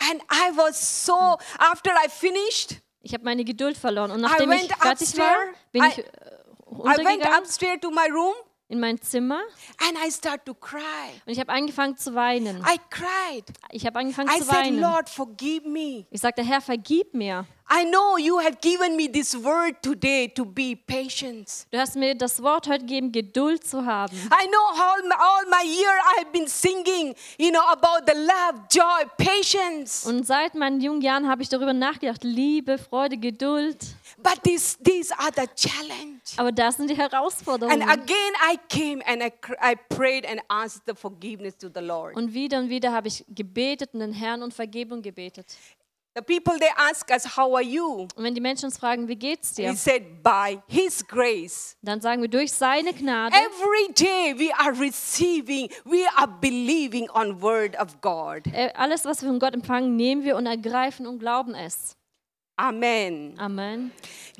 S1: And I was so, after I finished,
S2: Ich habe meine Geduld verloren. Und nachdem ich
S1: went
S2: fertig war,
S1: upstairs.
S2: bin
S1: I-
S2: ich äh,
S1: I went
S2: runtergegangen
S1: upstairs to my room.
S2: in mein Zimmer
S1: and I start to cry.
S2: und ich habe angefangen zu weinen.
S1: I cried.
S2: Ich habe angefangen
S1: I
S2: zu
S1: said,
S2: weinen.
S1: Lord, forgive me.
S2: Ich sagte, Herr, vergib mir.
S1: I know you have given me this word today to be patient.
S2: Du hast mir das Wort heute gegeben, Geduld zu haben.
S1: I know all my, all my year I have been singing, you know, about the love, joy, patience.
S2: Und seit meinen jungen Jahren habe ich darüber nachgedacht, Liebe, Freude, Geduld.
S1: But these, these are the challenge.
S2: Aber das sind die
S1: And
S2: Herausforderungen.
S1: again, I came and I, cr- I prayed and asked the forgiveness to the Lord.
S2: Und wieder und wieder habe ich gebetet und den Herrn um Vergebung gebetet.
S1: The people, they ask us, how are you?
S2: Und wenn die Menschen uns fragen, wie geht's
S1: He
S2: dir?
S1: said, by His grace.
S2: Dann sagen wir, durch seine Gnade.
S1: Every day we are receiving, we are believing on word of God.
S2: äh, Alles, was wir von Gott empfangen, nehmen wir und ergreifen und glauben es.
S1: Amen.
S2: Amen.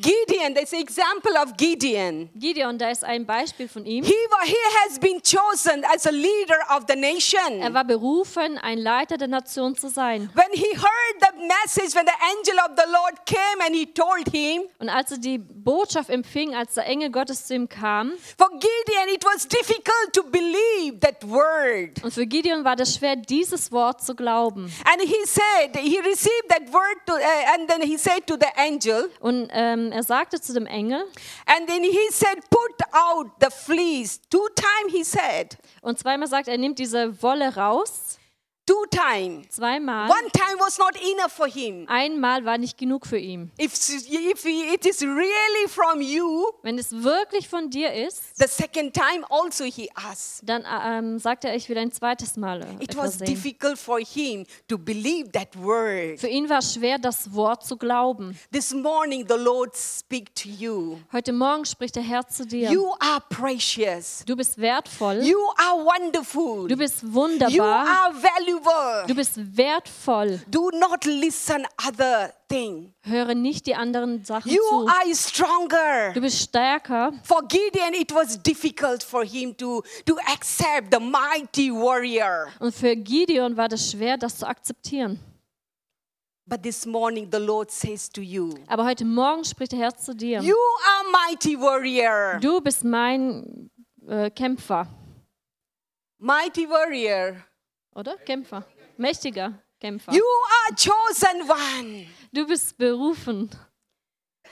S1: Gideon, there's an example of Gideon.
S2: Gideon, da ist ein Beispiel von ihm.
S1: He, wa- he has been chosen as a leader of the nation.
S2: Er war berufen, ein Leiter der Nation zu sein.
S1: When he heard the message, when the angel of the Lord came and he told him,
S2: Und als er die Botschaft empfing, als der Engel Gottes zu ihm kam,
S1: for Gideon it was difficult to believe that word.
S2: und für Gideon war das schwer, dieses Wort zu glauben.
S1: And he said, he received that word to, uh, and then he said to the angel,
S2: Und ähm, er sagte zu dem Engel,
S1: and then he said, put out the fleece. Two time he said,
S2: und zweimal sagt er, nimmt diese Wolle raus.
S1: two time.
S2: Zweimal.
S1: One time was not enough for him.
S2: Einmal war nicht genug für ihn.
S1: If, if it is really from you,
S2: Wenn es wirklich von dir ist,
S1: The second time also he asked.
S2: dann ähm, sagt er, ich will ein zweites Mal äh,
S1: It was
S2: etwas sehen.
S1: difficult for him to believe that word.
S2: Für ihn war es schwer, das Wort zu glauben.
S1: This morning the Lord speak to you.
S2: Heute Morgen spricht der Herr zu dir.
S1: You are precious.
S2: Du bist wertvoll.
S1: You are wonderful.
S2: Du bist
S1: You
S2: wunderbar.
S1: are
S2: Du
S1: valuable.
S2: bist wertvoll.
S1: Do not listen other thing.
S2: Höre nicht die anderen Sachen
S1: You
S2: zu.
S1: are stronger.
S2: Du bist stärker.
S1: For Gideon it was difficult for him to to accept the mighty warrior.
S2: Und für Gideon war das schwer, das zu akzeptieren.
S1: But this morning the Lord says to you,
S2: Aber heute Morgen spricht der Herr zu dir.
S1: you are mighty warrior.
S2: Du bist mein äh, Kämpfer,
S1: Mighty warrior.
S2: oder? Kämpfer. Mächtiger Kämpfer.
S1: You are chosen one.
S2: Du bist berufen.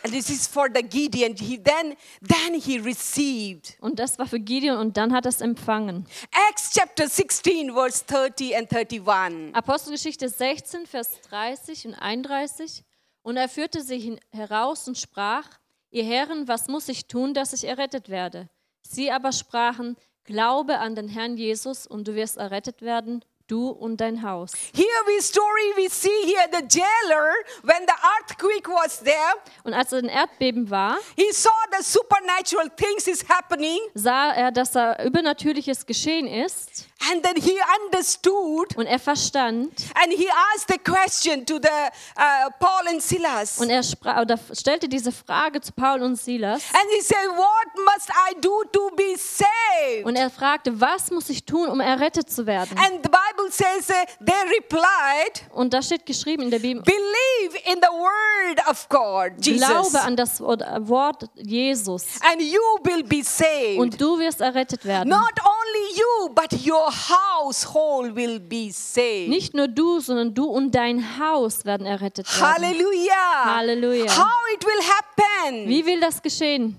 S1: And this is for the Gideon. He then then he received.
S2: Und das war für Gideon und dann hat er es empfangen.
S1: Acts chapter 16 verse 30 and 31.
S2: Apostelgeschichte 16, Vers 30 und 31. Und er führte sie hin- heraus und sprach, ihr Herren, was muss ich tun, dass ich errettet werde? Sie aber sprachen, glaube an den Herrn Jesus und du wirst errettet werden, du und dein Haus.
S1: Here we story we see here the jailer when the earthquake was there,
S2: Und als er ein Erdbeben war,
S1: he saw the supernatural things is happening
S2: sah er, dass da Übernatürliches geschehen ist
S1: and then he understood
S2: und er verstand
S1: and he asked the question to the uh, Paul and Silas.
S2: und er spra- oder stellte diese Frage zu Paul und Silas
S1: and he said, "What must I do to be saved?"
S2: und er fragte, was muss ich tun, um errettet zu werden?
S1: And the Bible says uh, they replied,
S2: Und da steht geschrieben in der Bibel,
S1: believe in the word of God, Jesus,
S2: Glaube an das Wort Jesus
S1: and you will be saved.
S2: und du wirst errettet werden.
S1: Not only you, but your household will be saved.
S2: Nicht nur du, sondern du und dein Haus werden errettet werden.
S1: Hallelujah.
S2: Hallelujah.
S1: How it will happen?
S2: Wie will das geschehen?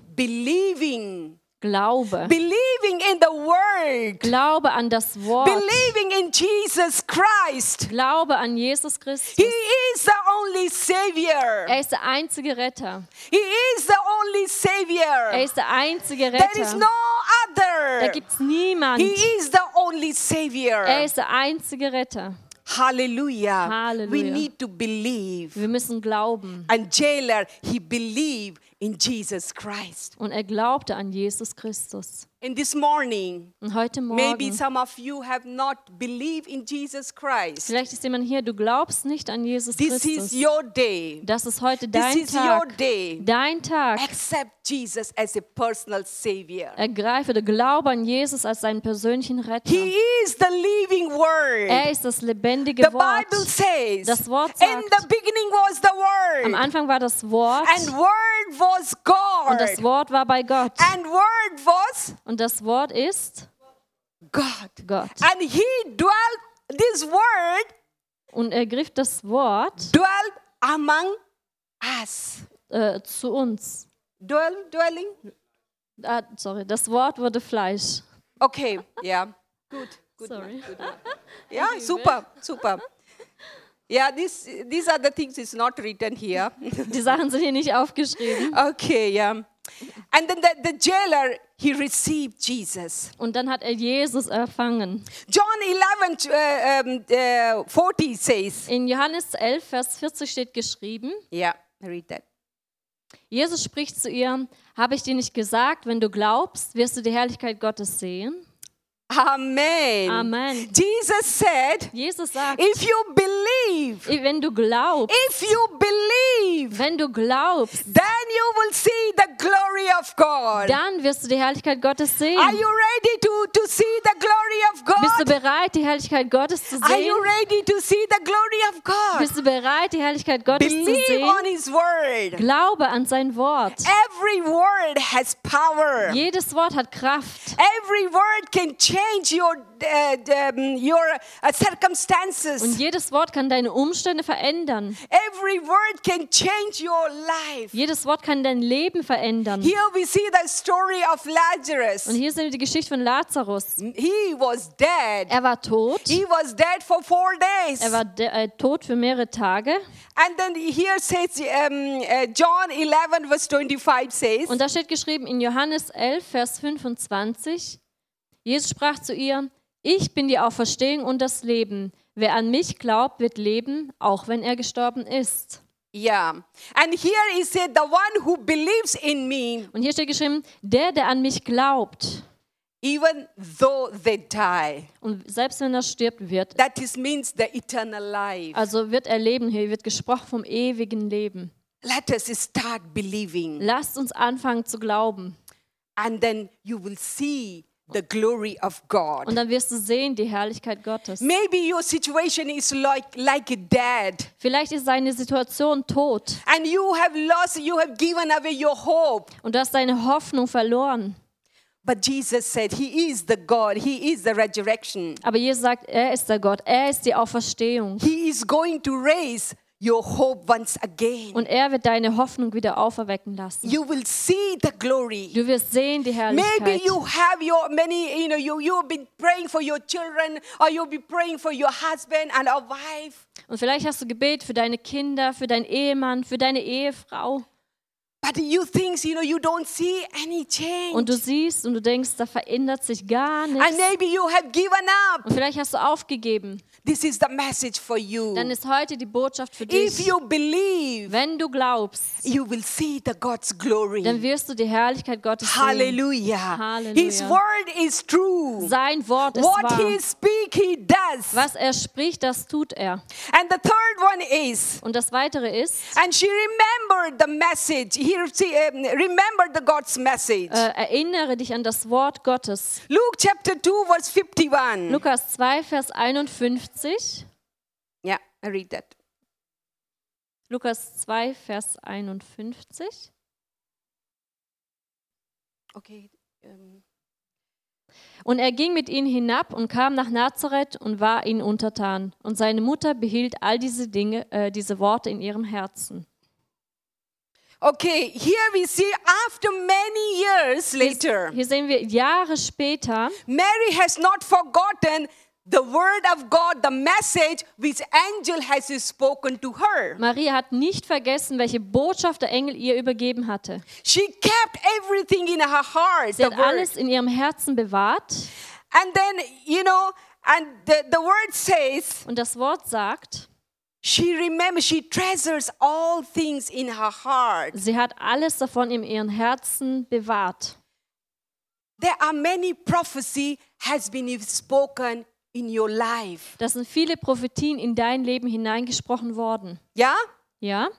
S1: Believing.
S2: Glaube.
S1: Believing in the word.
S2: Glaube an das Wort.
S1: Believing in Jesus Christ.
S2: Glaube an Jesus Christus.
S1: He is the only Savior.
S2: Er ist der einzige Retter.
S1: He is the only
S2: Er
S1: Savior.
S2: ist der einzige
S1: There is
S2: Retter.
S1: no
S2: Da
S1: other.
S2: gibt es niemand.
S1: He is the only Savior.
S2: Er ist der einzige Retter.
S1: Hallelujah. We
S2: Hallelujah.
S1: need to believe.
S2: Wir müssen glauben.
S1: And jailer, he believed in Jesus Christ.
S2: Und er glaubte an Jesus Christus.
S1: And this morning,
S2: Und heute
S1: maybe
S2: Morgen,
S1: some of you have not believed in Jesus Christ.
S2: vielleicht ist jemand hier, du glaubst nicht an Jesus
S1: This is
S2: Christus.
S1: your day.
S2: Das ist heute
S1: This
S2: dein
S1: is your
S2: Tag.
S1: day.
S2: Dein Tag.
S1: Accept Jesus as a personal Savior.
S2: Ergreife oder glaube an Jesus als seinen persönlichen
S1: He
S2: Retter.
S1: is the living Word.
S2: Er ist das lebendige
S1: The
S2: Wort.
S1: Bible says,
S2: Das Wort
S1: in
S2: sagt,
S1: the beginning was the
S2: Am
S1: Word,
S2: Anfang war das Wort
S1: and Word was was God.
S2: Und das Wort war bei Gott.
S1: And word was
S2: Und das Wort ist
S1: God.
S2: Gott.
S1: And he dwelt this word
S2: Und ergriff das Wort
S1: dwelt among us.
S2: äh, zu uns.
S1: Dwell dwelling?
S2: Ah, sorry, das Wort wurde Fleisch.
S1: Okay, yeah. Good. Good.
S2: Sorry.
S1: Yeah, super, super. Yeah, this these are the things is not written here.
S2: Die Sachen sind hier nicht aufgeschrieben.
S1: okay, yeah. And then the, the jailer he received Jesus.
S2: Und dann hat er Jesus erfangen.
S1: John 11 uh, um, uh, 40 says,
S2: In Johannes 11, Vers 40 steht geschrieben,
S1: yeah, read that.
S2: Jesus spricht zu ihr, habe ich dir nicht gesagt, wenn du glaubst, wirst du die Herrlichkeit Gottes sehen?
S1: Amen.
S2: Amen.
S1: Jesus said,
S2: Jesus sagt,
S1: if you believe,
S2: wenn du glaubst,
S1: if you believe,
S2: wenn du glaubst,
S1: then you will see the glory of God.
S2: dann wirst du die Herrlichkeit Gottes sehen.
S1: Are you ready to, to see the glory of
S2: Bist du
S1: God?
S2: bereit, die Herrlichkeit Gottes zu
S1: Are
S2: sehen?
S1: you ready to see the glory of God?
S2: Bist du bereit, die Herrlichkeit Gottes zu
S1: Believe on
S2: sehen?
S1: His word.
S2: Glaube an sein Wort.
S1: Every word has power.
S2: Jedes Wort hat Kraft.
S1: Every word can change your uh, um, your uh,
S2: Und
S1: circumstances.
S2: jedes Wort kann deine Umstände verändern.
S1: Every word can change your life.
S2: Jedes Wort kann dein Leben verändern.
S1: Here we see the story of
S2: Und
S1: Lazarus.
S2: hier sehen wir die Geschichte von Lazarus.
S1: He was dead.
S2: Er war tot.
S1: He was dead for four days.
S2: Er war de- äh, tot für mehrere Tage.
S1: And then here says um, uh, John 11 verse 25 says,
S2: Und da steht geschrieben in Johannes 11, Vers 25, Jesus sprach zu ihr, ich bin die Auferstehung und das Leben. Wer an mich glaubt, wird leben, auch wenn er gestorben ist.
S1: yeah. And here he said, the one who believes in me,
S2: Und hier steht geschrieben, der, der an mich glaubt,
S1: even though they die,
S2: und selbst wenn er stirbt, wird,
S1: that is means the eternal life.
S2: also wird er leben. Hier wird gesprochen vom ewigen Leben.
S1: Let us start believing.
S2: Lasst uns anfangen zu glauben.
S1: and then you will see the glory of
S2: Und
S1: God.
S2: dann wirst du sehen, die Herrlichkeit Gottes.
S1: Maybe your situation is like like dead,
S2: Vielleicht ist seine Situation tot
S1: and you have lost, you have given away your hope.
S2: und du hast deine Hoffnung verloren.
S1: But Jesus said, He is the God. He is the resurrection.
S2: Aber Jesus sagt, er ist der Gott, er ist die Auferstehung.
S1: He is going to raise your hope once again.
S2: Und er wird deine Hoffnung wieder auferwecken lassen.
S1: You will see the glory.
S2: Du wirst sehen die
S1: Maybe
S2: Herrlichkeit.
S1: you have your many, you know, you you've been praying for your children, or you'll be praying for your husband and a wife.
S2: Und vielleicht hast du Gebet für deine Kinder, für deinen Ehemann, für deine Ehefrau.
S1: But you think, you know, you don't see any change.
S2: Und du siehst und du denkst, da verändert sich gar
S1: And
S2: nichts.
S1: maybe you have given up.
S2: Und vielleicht hast du aufgegeben.
S1: This is the message for you.
S2: Dann ist heute die Botschaft für
S1: If
S2: dich.
S1: you believe,
S2: Wenn du glaubst,
S1: you will see the God's
S2: dann
S1: glory.
S2: wirst du die Herrlichkeit Gottes sehen.
S1: Hallelujah.
S2: Hallelujah.
S1: His word is true.
S2: Sein Wort ist
S1: What he
S2: wahr.
S1: speak, he does.
S2: Was er spricht, das tut er.
S1: And the third one is,
S2: Und das Weitere ist,
S1: and she remembered the message. Here, see, um, remembered the God's message.
S2: äh, erinnere dich an das Wort Gottes.
S1: Luke chapter 2, verse 51.
S2: Lukas 2, Vers 51.
S1: Yeah, I read that.
S2: Lukas 2, Vers 51.
S1: Okay. um,
S2: Und er ging mit ihnen hinab und kam nach Nazareth und war ihnen untertan. Und seine Mutter behielt all diese Dinge, äh, diese Worte in ihrem Herzen.
S1: Okay, here we see after many years later.
S2: Hier sehen wir Jahre später,
S1: Mary has not forgotten the word of God, the message which angel has spoken to her.
S2: Maria hat nicht vergessen, welche Botschaft der Engel ihr übergeben hatte.
S1: She kept everything in her heart,
S2: Sie
S1: the
S2: hat
S1: word.
S2: alles in ihrem Herzen bewahrt.
S1: And then, you know, and the, the word says
S2: Und das Wort sagt,
S1: she remembers, she treasures all things in her heart.
S2: sie hat alles davon in ihrem Herzen bewahrt.
S1: There are many prophecy has been spoken in your life.
S2: Da sind viele Prophetien in dein Leben hineingesprochen worden.
S1: Yeah?
S2: Ja?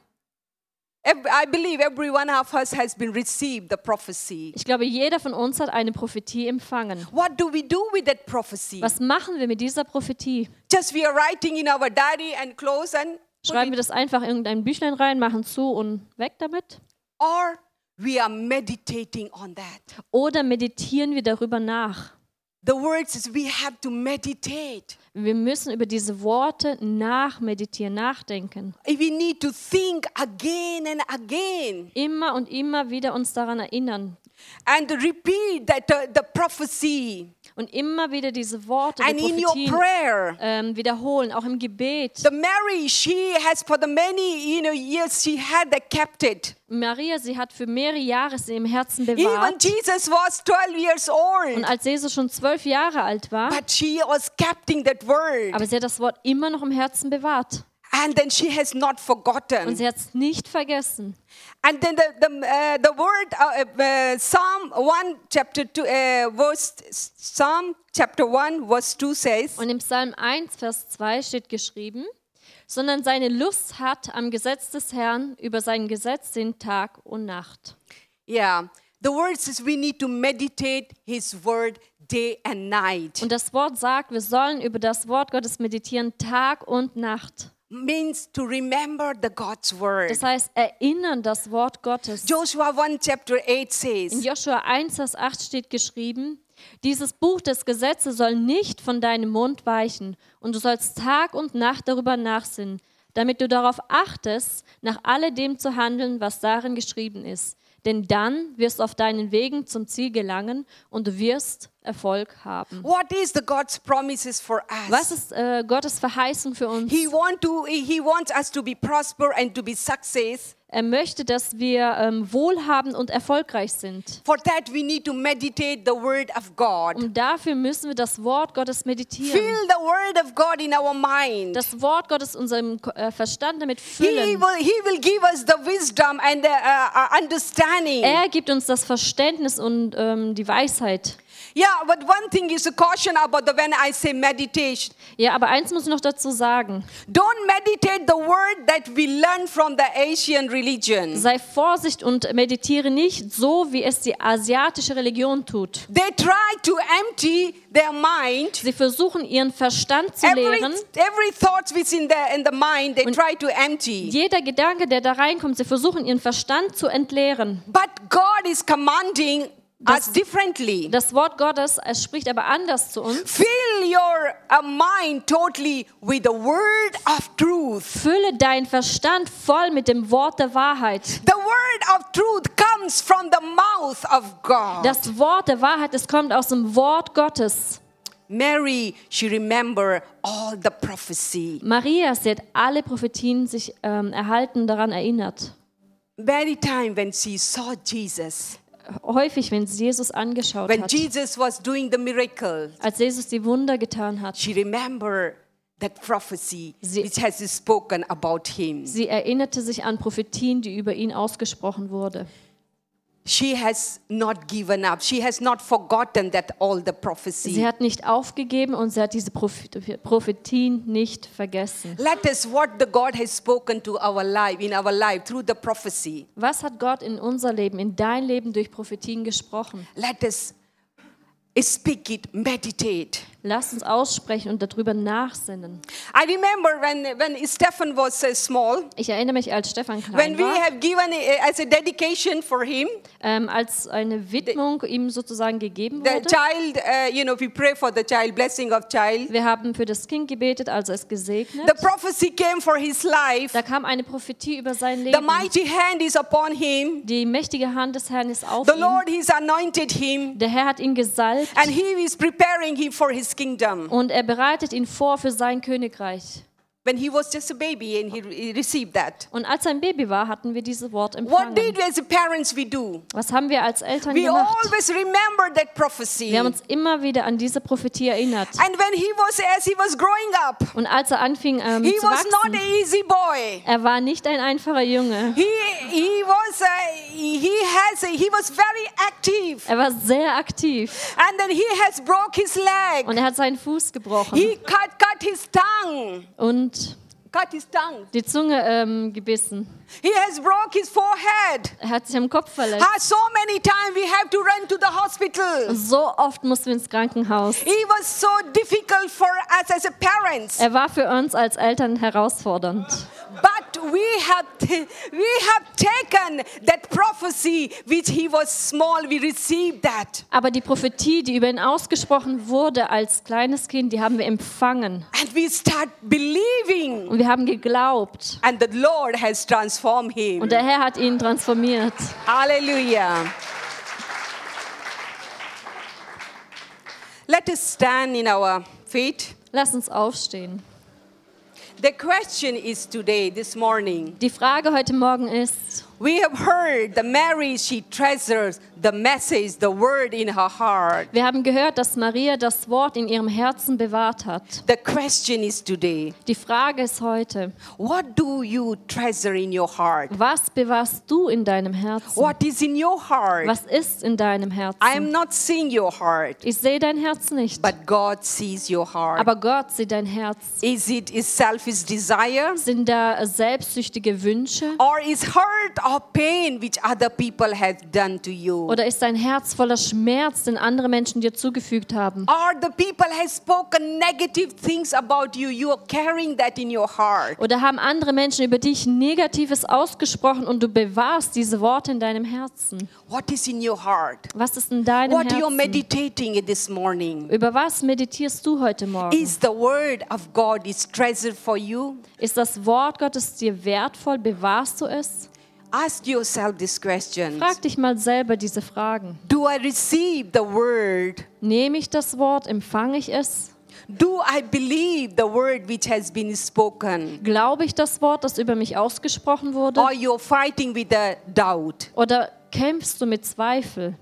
S1: Ev- I believe every one of us has been received the prophecy.
S2: Ich glaube, jeder von uns hat eine Prophetie empfangen.
S1: What do we do with that prophecy?
S2: Was machen wir mit dieser Prophetie?
S1: Just we are writing in our diary and close and put
S2: Schreiben
S1: it-
S2: wir das einfach in irgendein Büchlein rein, machen zu und weg damit?
S1: or we are meditating on that.
S2: Oder meditieren wir darüber nach?
S1: The word says we have to meditate.
S2: Wir müssen über diese Worte nachmeditieren, nachdenken.
S1: We need to think again and again
S2: Immer und immer wieder uns daran erinnern.
S1: and repeat that uh, the prophecy
S2: Und immer wieder diese Worte die
S1: and in your
S2: Prophetien,
S1: prayer.
S2: ähm, wiederholen, auch im Gebet.
S1: The Mary, she has for the many you know years she had that kept it.
S2: Maria, sie hat für mehrere Jahre sie im Herzen
S1: Even
S2: bewahrt.
S1: Jesus was 12 years
S2: Und
S1: old,
S2: als Jesus schon zwölf Jahre alt war,
S1: but she was keeping that word,
S2: aber sie hat das Wort immer noch im Herzen bewahrt.
S1: and then she has not
S2: Und
S1: forgotten.
S2: sie hat es nicht vergessen.
S1: And then the the, uh, the word uh, uh, Psalm one chapter two uh, verse Psalm chapter one verse two says.
S2: Und im Psalm 1, Vers 2 steht geschrieben, sondern seine Lust hat am Gesetz des Herrn, über sein Gesetz sind Tag und Nacht.
S1: Yeah. The word says we need to meditate his word day and night.
S2: Und das Wort sagt, wir sollen über das Wort Gottes meditieren, Tag und Nacht.
S1: Means to remember the God's word.
S2: Das heißt, erinnern das Wort Gottes.
S1: Joshua 1 chapter 8
S2: In
S1: says,
S2: Joshua 1, Vers 8 steht geschrieben, dieses Buch des Gesetzes soll nicht von deinem Mund weichen, und du sollst Tag und Nacht darüber nachsinnen, damit du darauf achtest, nach alledem zu handeln, was darin geschrieben ist. Denn dann wirst du auf deinen Wegen zum Ziel gelangen und du wirst Erfolg haben.
S1: what is the God's promises for us?
S2: Was ist äh, Gottes Verheißung für uns?
S1: he want to he wants us to be prosper and to be success.
S2: Er möchte, dass wir ähm, wohlhabend und erfolgreich sind.
S1: For that we need to meditate the word of God.
S2: Und dafür müssen wir das Wort Gottes meditieren.
S1: Feel the word of God in our mind.
S2: das Wort Gottes unserem Ko- äh, Verstand damit
S1: He
S2: füllen.
S1: will, he will give us the wisdom and the uh, uh, understanding.
S2: Er gibt uns das Verständnis und ähm, die Weisheit.
S1: Yeah, but one thing is a caution about the when I say meditation.
S2: Ja, aber eins muss ich noch dazu sagen.
S1: Don't meditate the word that we learn from the Asian religion.
S2: Sei Vorsicht und meditiere nicht so, wie es die asiatische Religion tut.
S1: They try to empty their mind.
S2: Sie versuchen, ihren Verstand zu
S1: Every,
S2: leeren.
S1: every thought which in the in the mind they try to empty.
S2: Jeder Gedanke, der da reinkommt, sie versuchen, ihren Verstand zu entleeren.
S1: But God is commanding us
S2: Das-
S1: differently.
S2: Das Wort Gottes, es spricht aber anders zu uns.
S1: Fill your uh, mind totally with the word of truth.
S2: Fülle deinen Verstand voll mit dem Wort der Wahrheit.
S1: The word of truth comes from the mouth of God.
S2: Das Wort der Wahrheit, es kommt aus dem Wort Gottes.
S1: Mary, she remember all the prophecy.
S2: Maria, sie hat alle Prophetien sich ähm, erhalten, daran erinnert.
S1: Many time when she saw Jesus,
S2: Häufig, wenn sie Jesus angeschaut
S1: when
S2: hat,
S1: Jesus was doing the miracle,
S2: als Jesus die Wunder getan hat,
S1: she remember that prophecy
S2: Sie-
S1: which has spoken about him.
S2: sie erinnerte sich an Prophetien, die über ihn ausgesprochen wurde.
S1: She has not given up. She has not forgotten that all the
S2: Sie
S1: prophecy.
S2: hat nicht aufgegeben und sie hat diese Proph- Prophetien nicht vergessen.
S1: Let us what the God has spoken to our life in our life through the prophecy.
S2: Was hat Gott in unser Leben, in dein Leben durch Prophetien gesprochen?
S1: Let us speak it, meditate.
S2: Lass uns aussprechen und darüber nachsinnen.
S1: I remember when when Stephen was uh, small.
S2: Ich erinnere mich, als Stefan
S1: When
S2: klein
S1: we
S2: war,
S1: have given uh, as a dedication for him,
S2: ähm, als eine Widmung ihm sozusagen gegeben
S1: the
S2: wurde.
S1: child, uh, you know, we pray for the child, blessing of child.
S2: Wir haben für das Kind gebetet, also es gesegnet.
S1: The prophecy came for his life.
S2: Da kam eine Prophetie über sein
S1: The
S2: Leben.
S1: mighty hand is upon him.
S2: Die mächtige Hand des Herrn ist auf
S1: The
S2: ihm.
S1: Lord has anointed him,
S2: Der Herr hat ihn gesalbt
S1: and he is preparing him for his kingdom.
S2: und er bereitet ihn vor für sein Königreich.
S1: When he was just a baby, and he, he received that.
S2: Und als er ein Baby war, hatten wir dieses Wort
S1: What did
S2: empfangen.
S1: we as parents we do?
S2: Was haben wir als Eltern
S1: We
S2: gemacht?
S1: always remember that prophecy.
S2: Wir haben uns immer wieder an diese Prophetie erinnert.
S1: And when he was as he was growing up,
S2: Und als er anfing ähm,
S1: he
S2: zu
S1: was not
S2: wachsen,
S1: an easy boy.
S2: er war nicht ein einfacher Junge.
S1: He he was uh, he has he was very active,
S2: Er war sehr aktiv
S1: and then he has broke his leg.
S2: und er hat seinen Fuß gebrochen
S1: He cut cut his tongue,
S2: und
S1: cut his tongue.
S2: die Zunge ähm, gebissen.
S1: He has broke his forehead.
S2: Er hat sich am Kopf verletzt.
S1: Ah, so many times we have to run to the hospital.
S2: So oft mussten wir ins Krankenhaus.
S1: It was so difficult for us as a parents,
S2: Er war für uns als Eltern herausfordernd.
S1: but we have t- we have taken that prophecy which he was small we received that
S2: Aber die Prophetie, die über ihn ausgesprochen wurde als kleines Kind, die haben wir empfangen.
S1: and we start believing
S2: Und wir haben geglaubt.
S1: and the lord has transformed him
S2: Und der Herr hat ihn transformiert.
S1: hallelujah let us stand in our feet
S2: Lass uns aufstehen.
S1: the question is today this morning
S2: Die Frage heute Morgen ist,
S1: we have heard the mary she treasures the message the word in her heart
S2: wir haben gehört, dass Maria das Wort in ihrem Herzen bewahrt hat.
S1: the question is today
S2: Die Frage ist heute,
S1: What do you treasure in your heart?
S2: was bewahrst du in deinem Herzen?
S1: What is in your heart?
S2: Was ist in deinem
S1: I am
S2: Herzen?
S1: not seeing your heart,
S2: Ich sehe dein Herz nicht,
S1: but God sees your heart.
S2: aber Gott sieht dein Herz.
S1: Is it is selfish desire?
S2: Sind da selbstsüchtige Wünsche
S1: Or is hurt or pain which other people have done to you?
S2: oder ist dein Herz voller Schmerz, den andere Menschen dir zugefügt haben?
S1: Or the people have spoken negative things about you. You are carrying that in your heart.
S2: Oder haben andere Menschen über dich Negatives ausgesprochen und du bewahrst diese Worte in deinem Herzen?
S1: What is in your heart?
S2: Was ist in deinem
S1: What you are
S2: Herzen?
S1: meditating in this morning?
S2: Über was meditierst du heute Morgen?
S1: Is the word of God is treasure for you?
S2: Ist das Wort Gottes dir wertvoll? Bewahrst du es?
S1: Ask yourself this question.
S2: Frag dich mal selber diese Fragen.
S1: Do I receive the word?
S2: Nehme ich das Wort? Empfange ich es?
S1: Do I believe the word which has been spoken?
S2: Glaube ich das Wort, das über mich ausgesprochen wurde?
S1: Or you're fighting with a doubt?
S2: Oder kämpfst du mit Zweifel?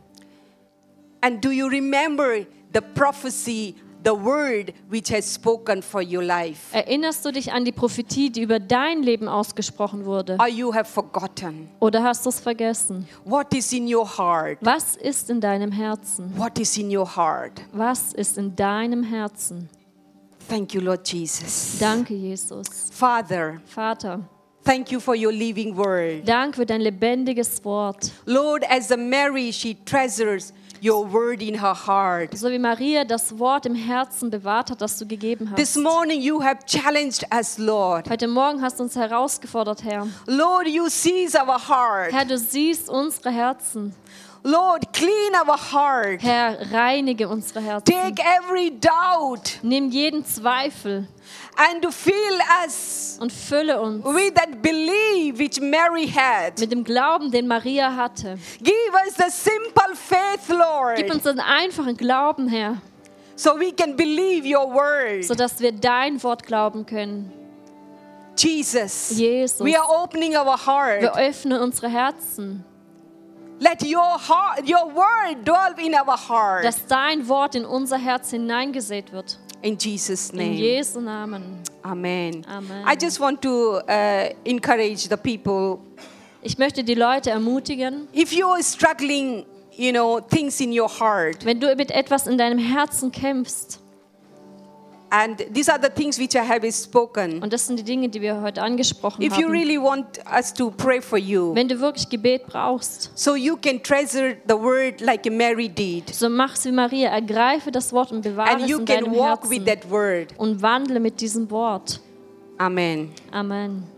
S1: And do you remember the prophecy, the word which has spoken for your life?
S2: Erinnerst du dich an die Prophetie, die über dein Leben ausgesprochen wurde?
S1: Or you have forgotten?
S2: Oder hast du es vergessen?
S1: What is in your heart?
S2: Was ist in deinem Herzen?
S1: What is in your heart?
S2: Was ist in deinem Herzen?
S1: Thank you, Lord Jesus.
S2: Danke, Jesus.
S1: Father,
S2: Vater,
S1: thank you for your living word.
S2: Dank für dein lebendiges Wort.
S1: Lord, as a Mary, she treasures your word in her heart.
S2: So wie Maria das Wort im Herzen bewahrt hat, das du gegeben
S1: This
S2: hast.
S1: morning, you have challenged us, Lord.
S2: Heute Morgen hast du uns herausgefordert, Herr.
S1: Lord, you sees our heart.
S2: Herr, du siehst unsere Herzen.
S1: Lord, clean our heart.
S2: Herr, reinige unsere Herzen.
S1: Take every doubt
S2: Nimm jeden Zweifel
S1: and fill us
S2: und fülle uns
S1: with that belief which Mary had.
S2: mit dem Glauben, den Maria hatte.
S1: Give us the simple faith,
S2: Gib
S1: Lord,
S2: uns einen einfachen Glauben, Herr,
S1: so we can believe your word.
S2: sodass wir dein Wort glauben können.
S1: Jesus,
S2: Jesus.
S1: we are opening our
S2: Wir
S1: heart.
S2: öffnen unsere Herzen,
S1: Let your heart, your word dwell in our heart.
S2: dass dein Wort in unser Herz hineingesät wird.
S1: In Jesus'
S2: In
S1: name.
S2: Jesu Namen.
S1: Amen.
S2: Amen.
S1: I just want to uh, encourage the people
S2: Ich möchte die Leute ermutigen,
S1: If you are struggling, you know, things in your heart,
S2: Wenn du mit etwas in deinem Herzen kämpfst,
S1: and these are the things which I have spoken.
S2: und das sind die Dinge, die wir heute angesprochen
S1: If you
S2: haben,
S1: really want us to pray for you,
S2: wenn du wirklich Gebet brauchst,
S1: so you can treasure the word like Mary did,
S2: so mach's wie Maria, ergreife das Wort und bewahre
S1: and
S2: es
S1: you
S2: in
S1: can
S2: deinem
S1: walk with
S2: Herzen
S1: that word.
S2: und wandle mit diesem Wort.
S1: Amen.
S2: Amen.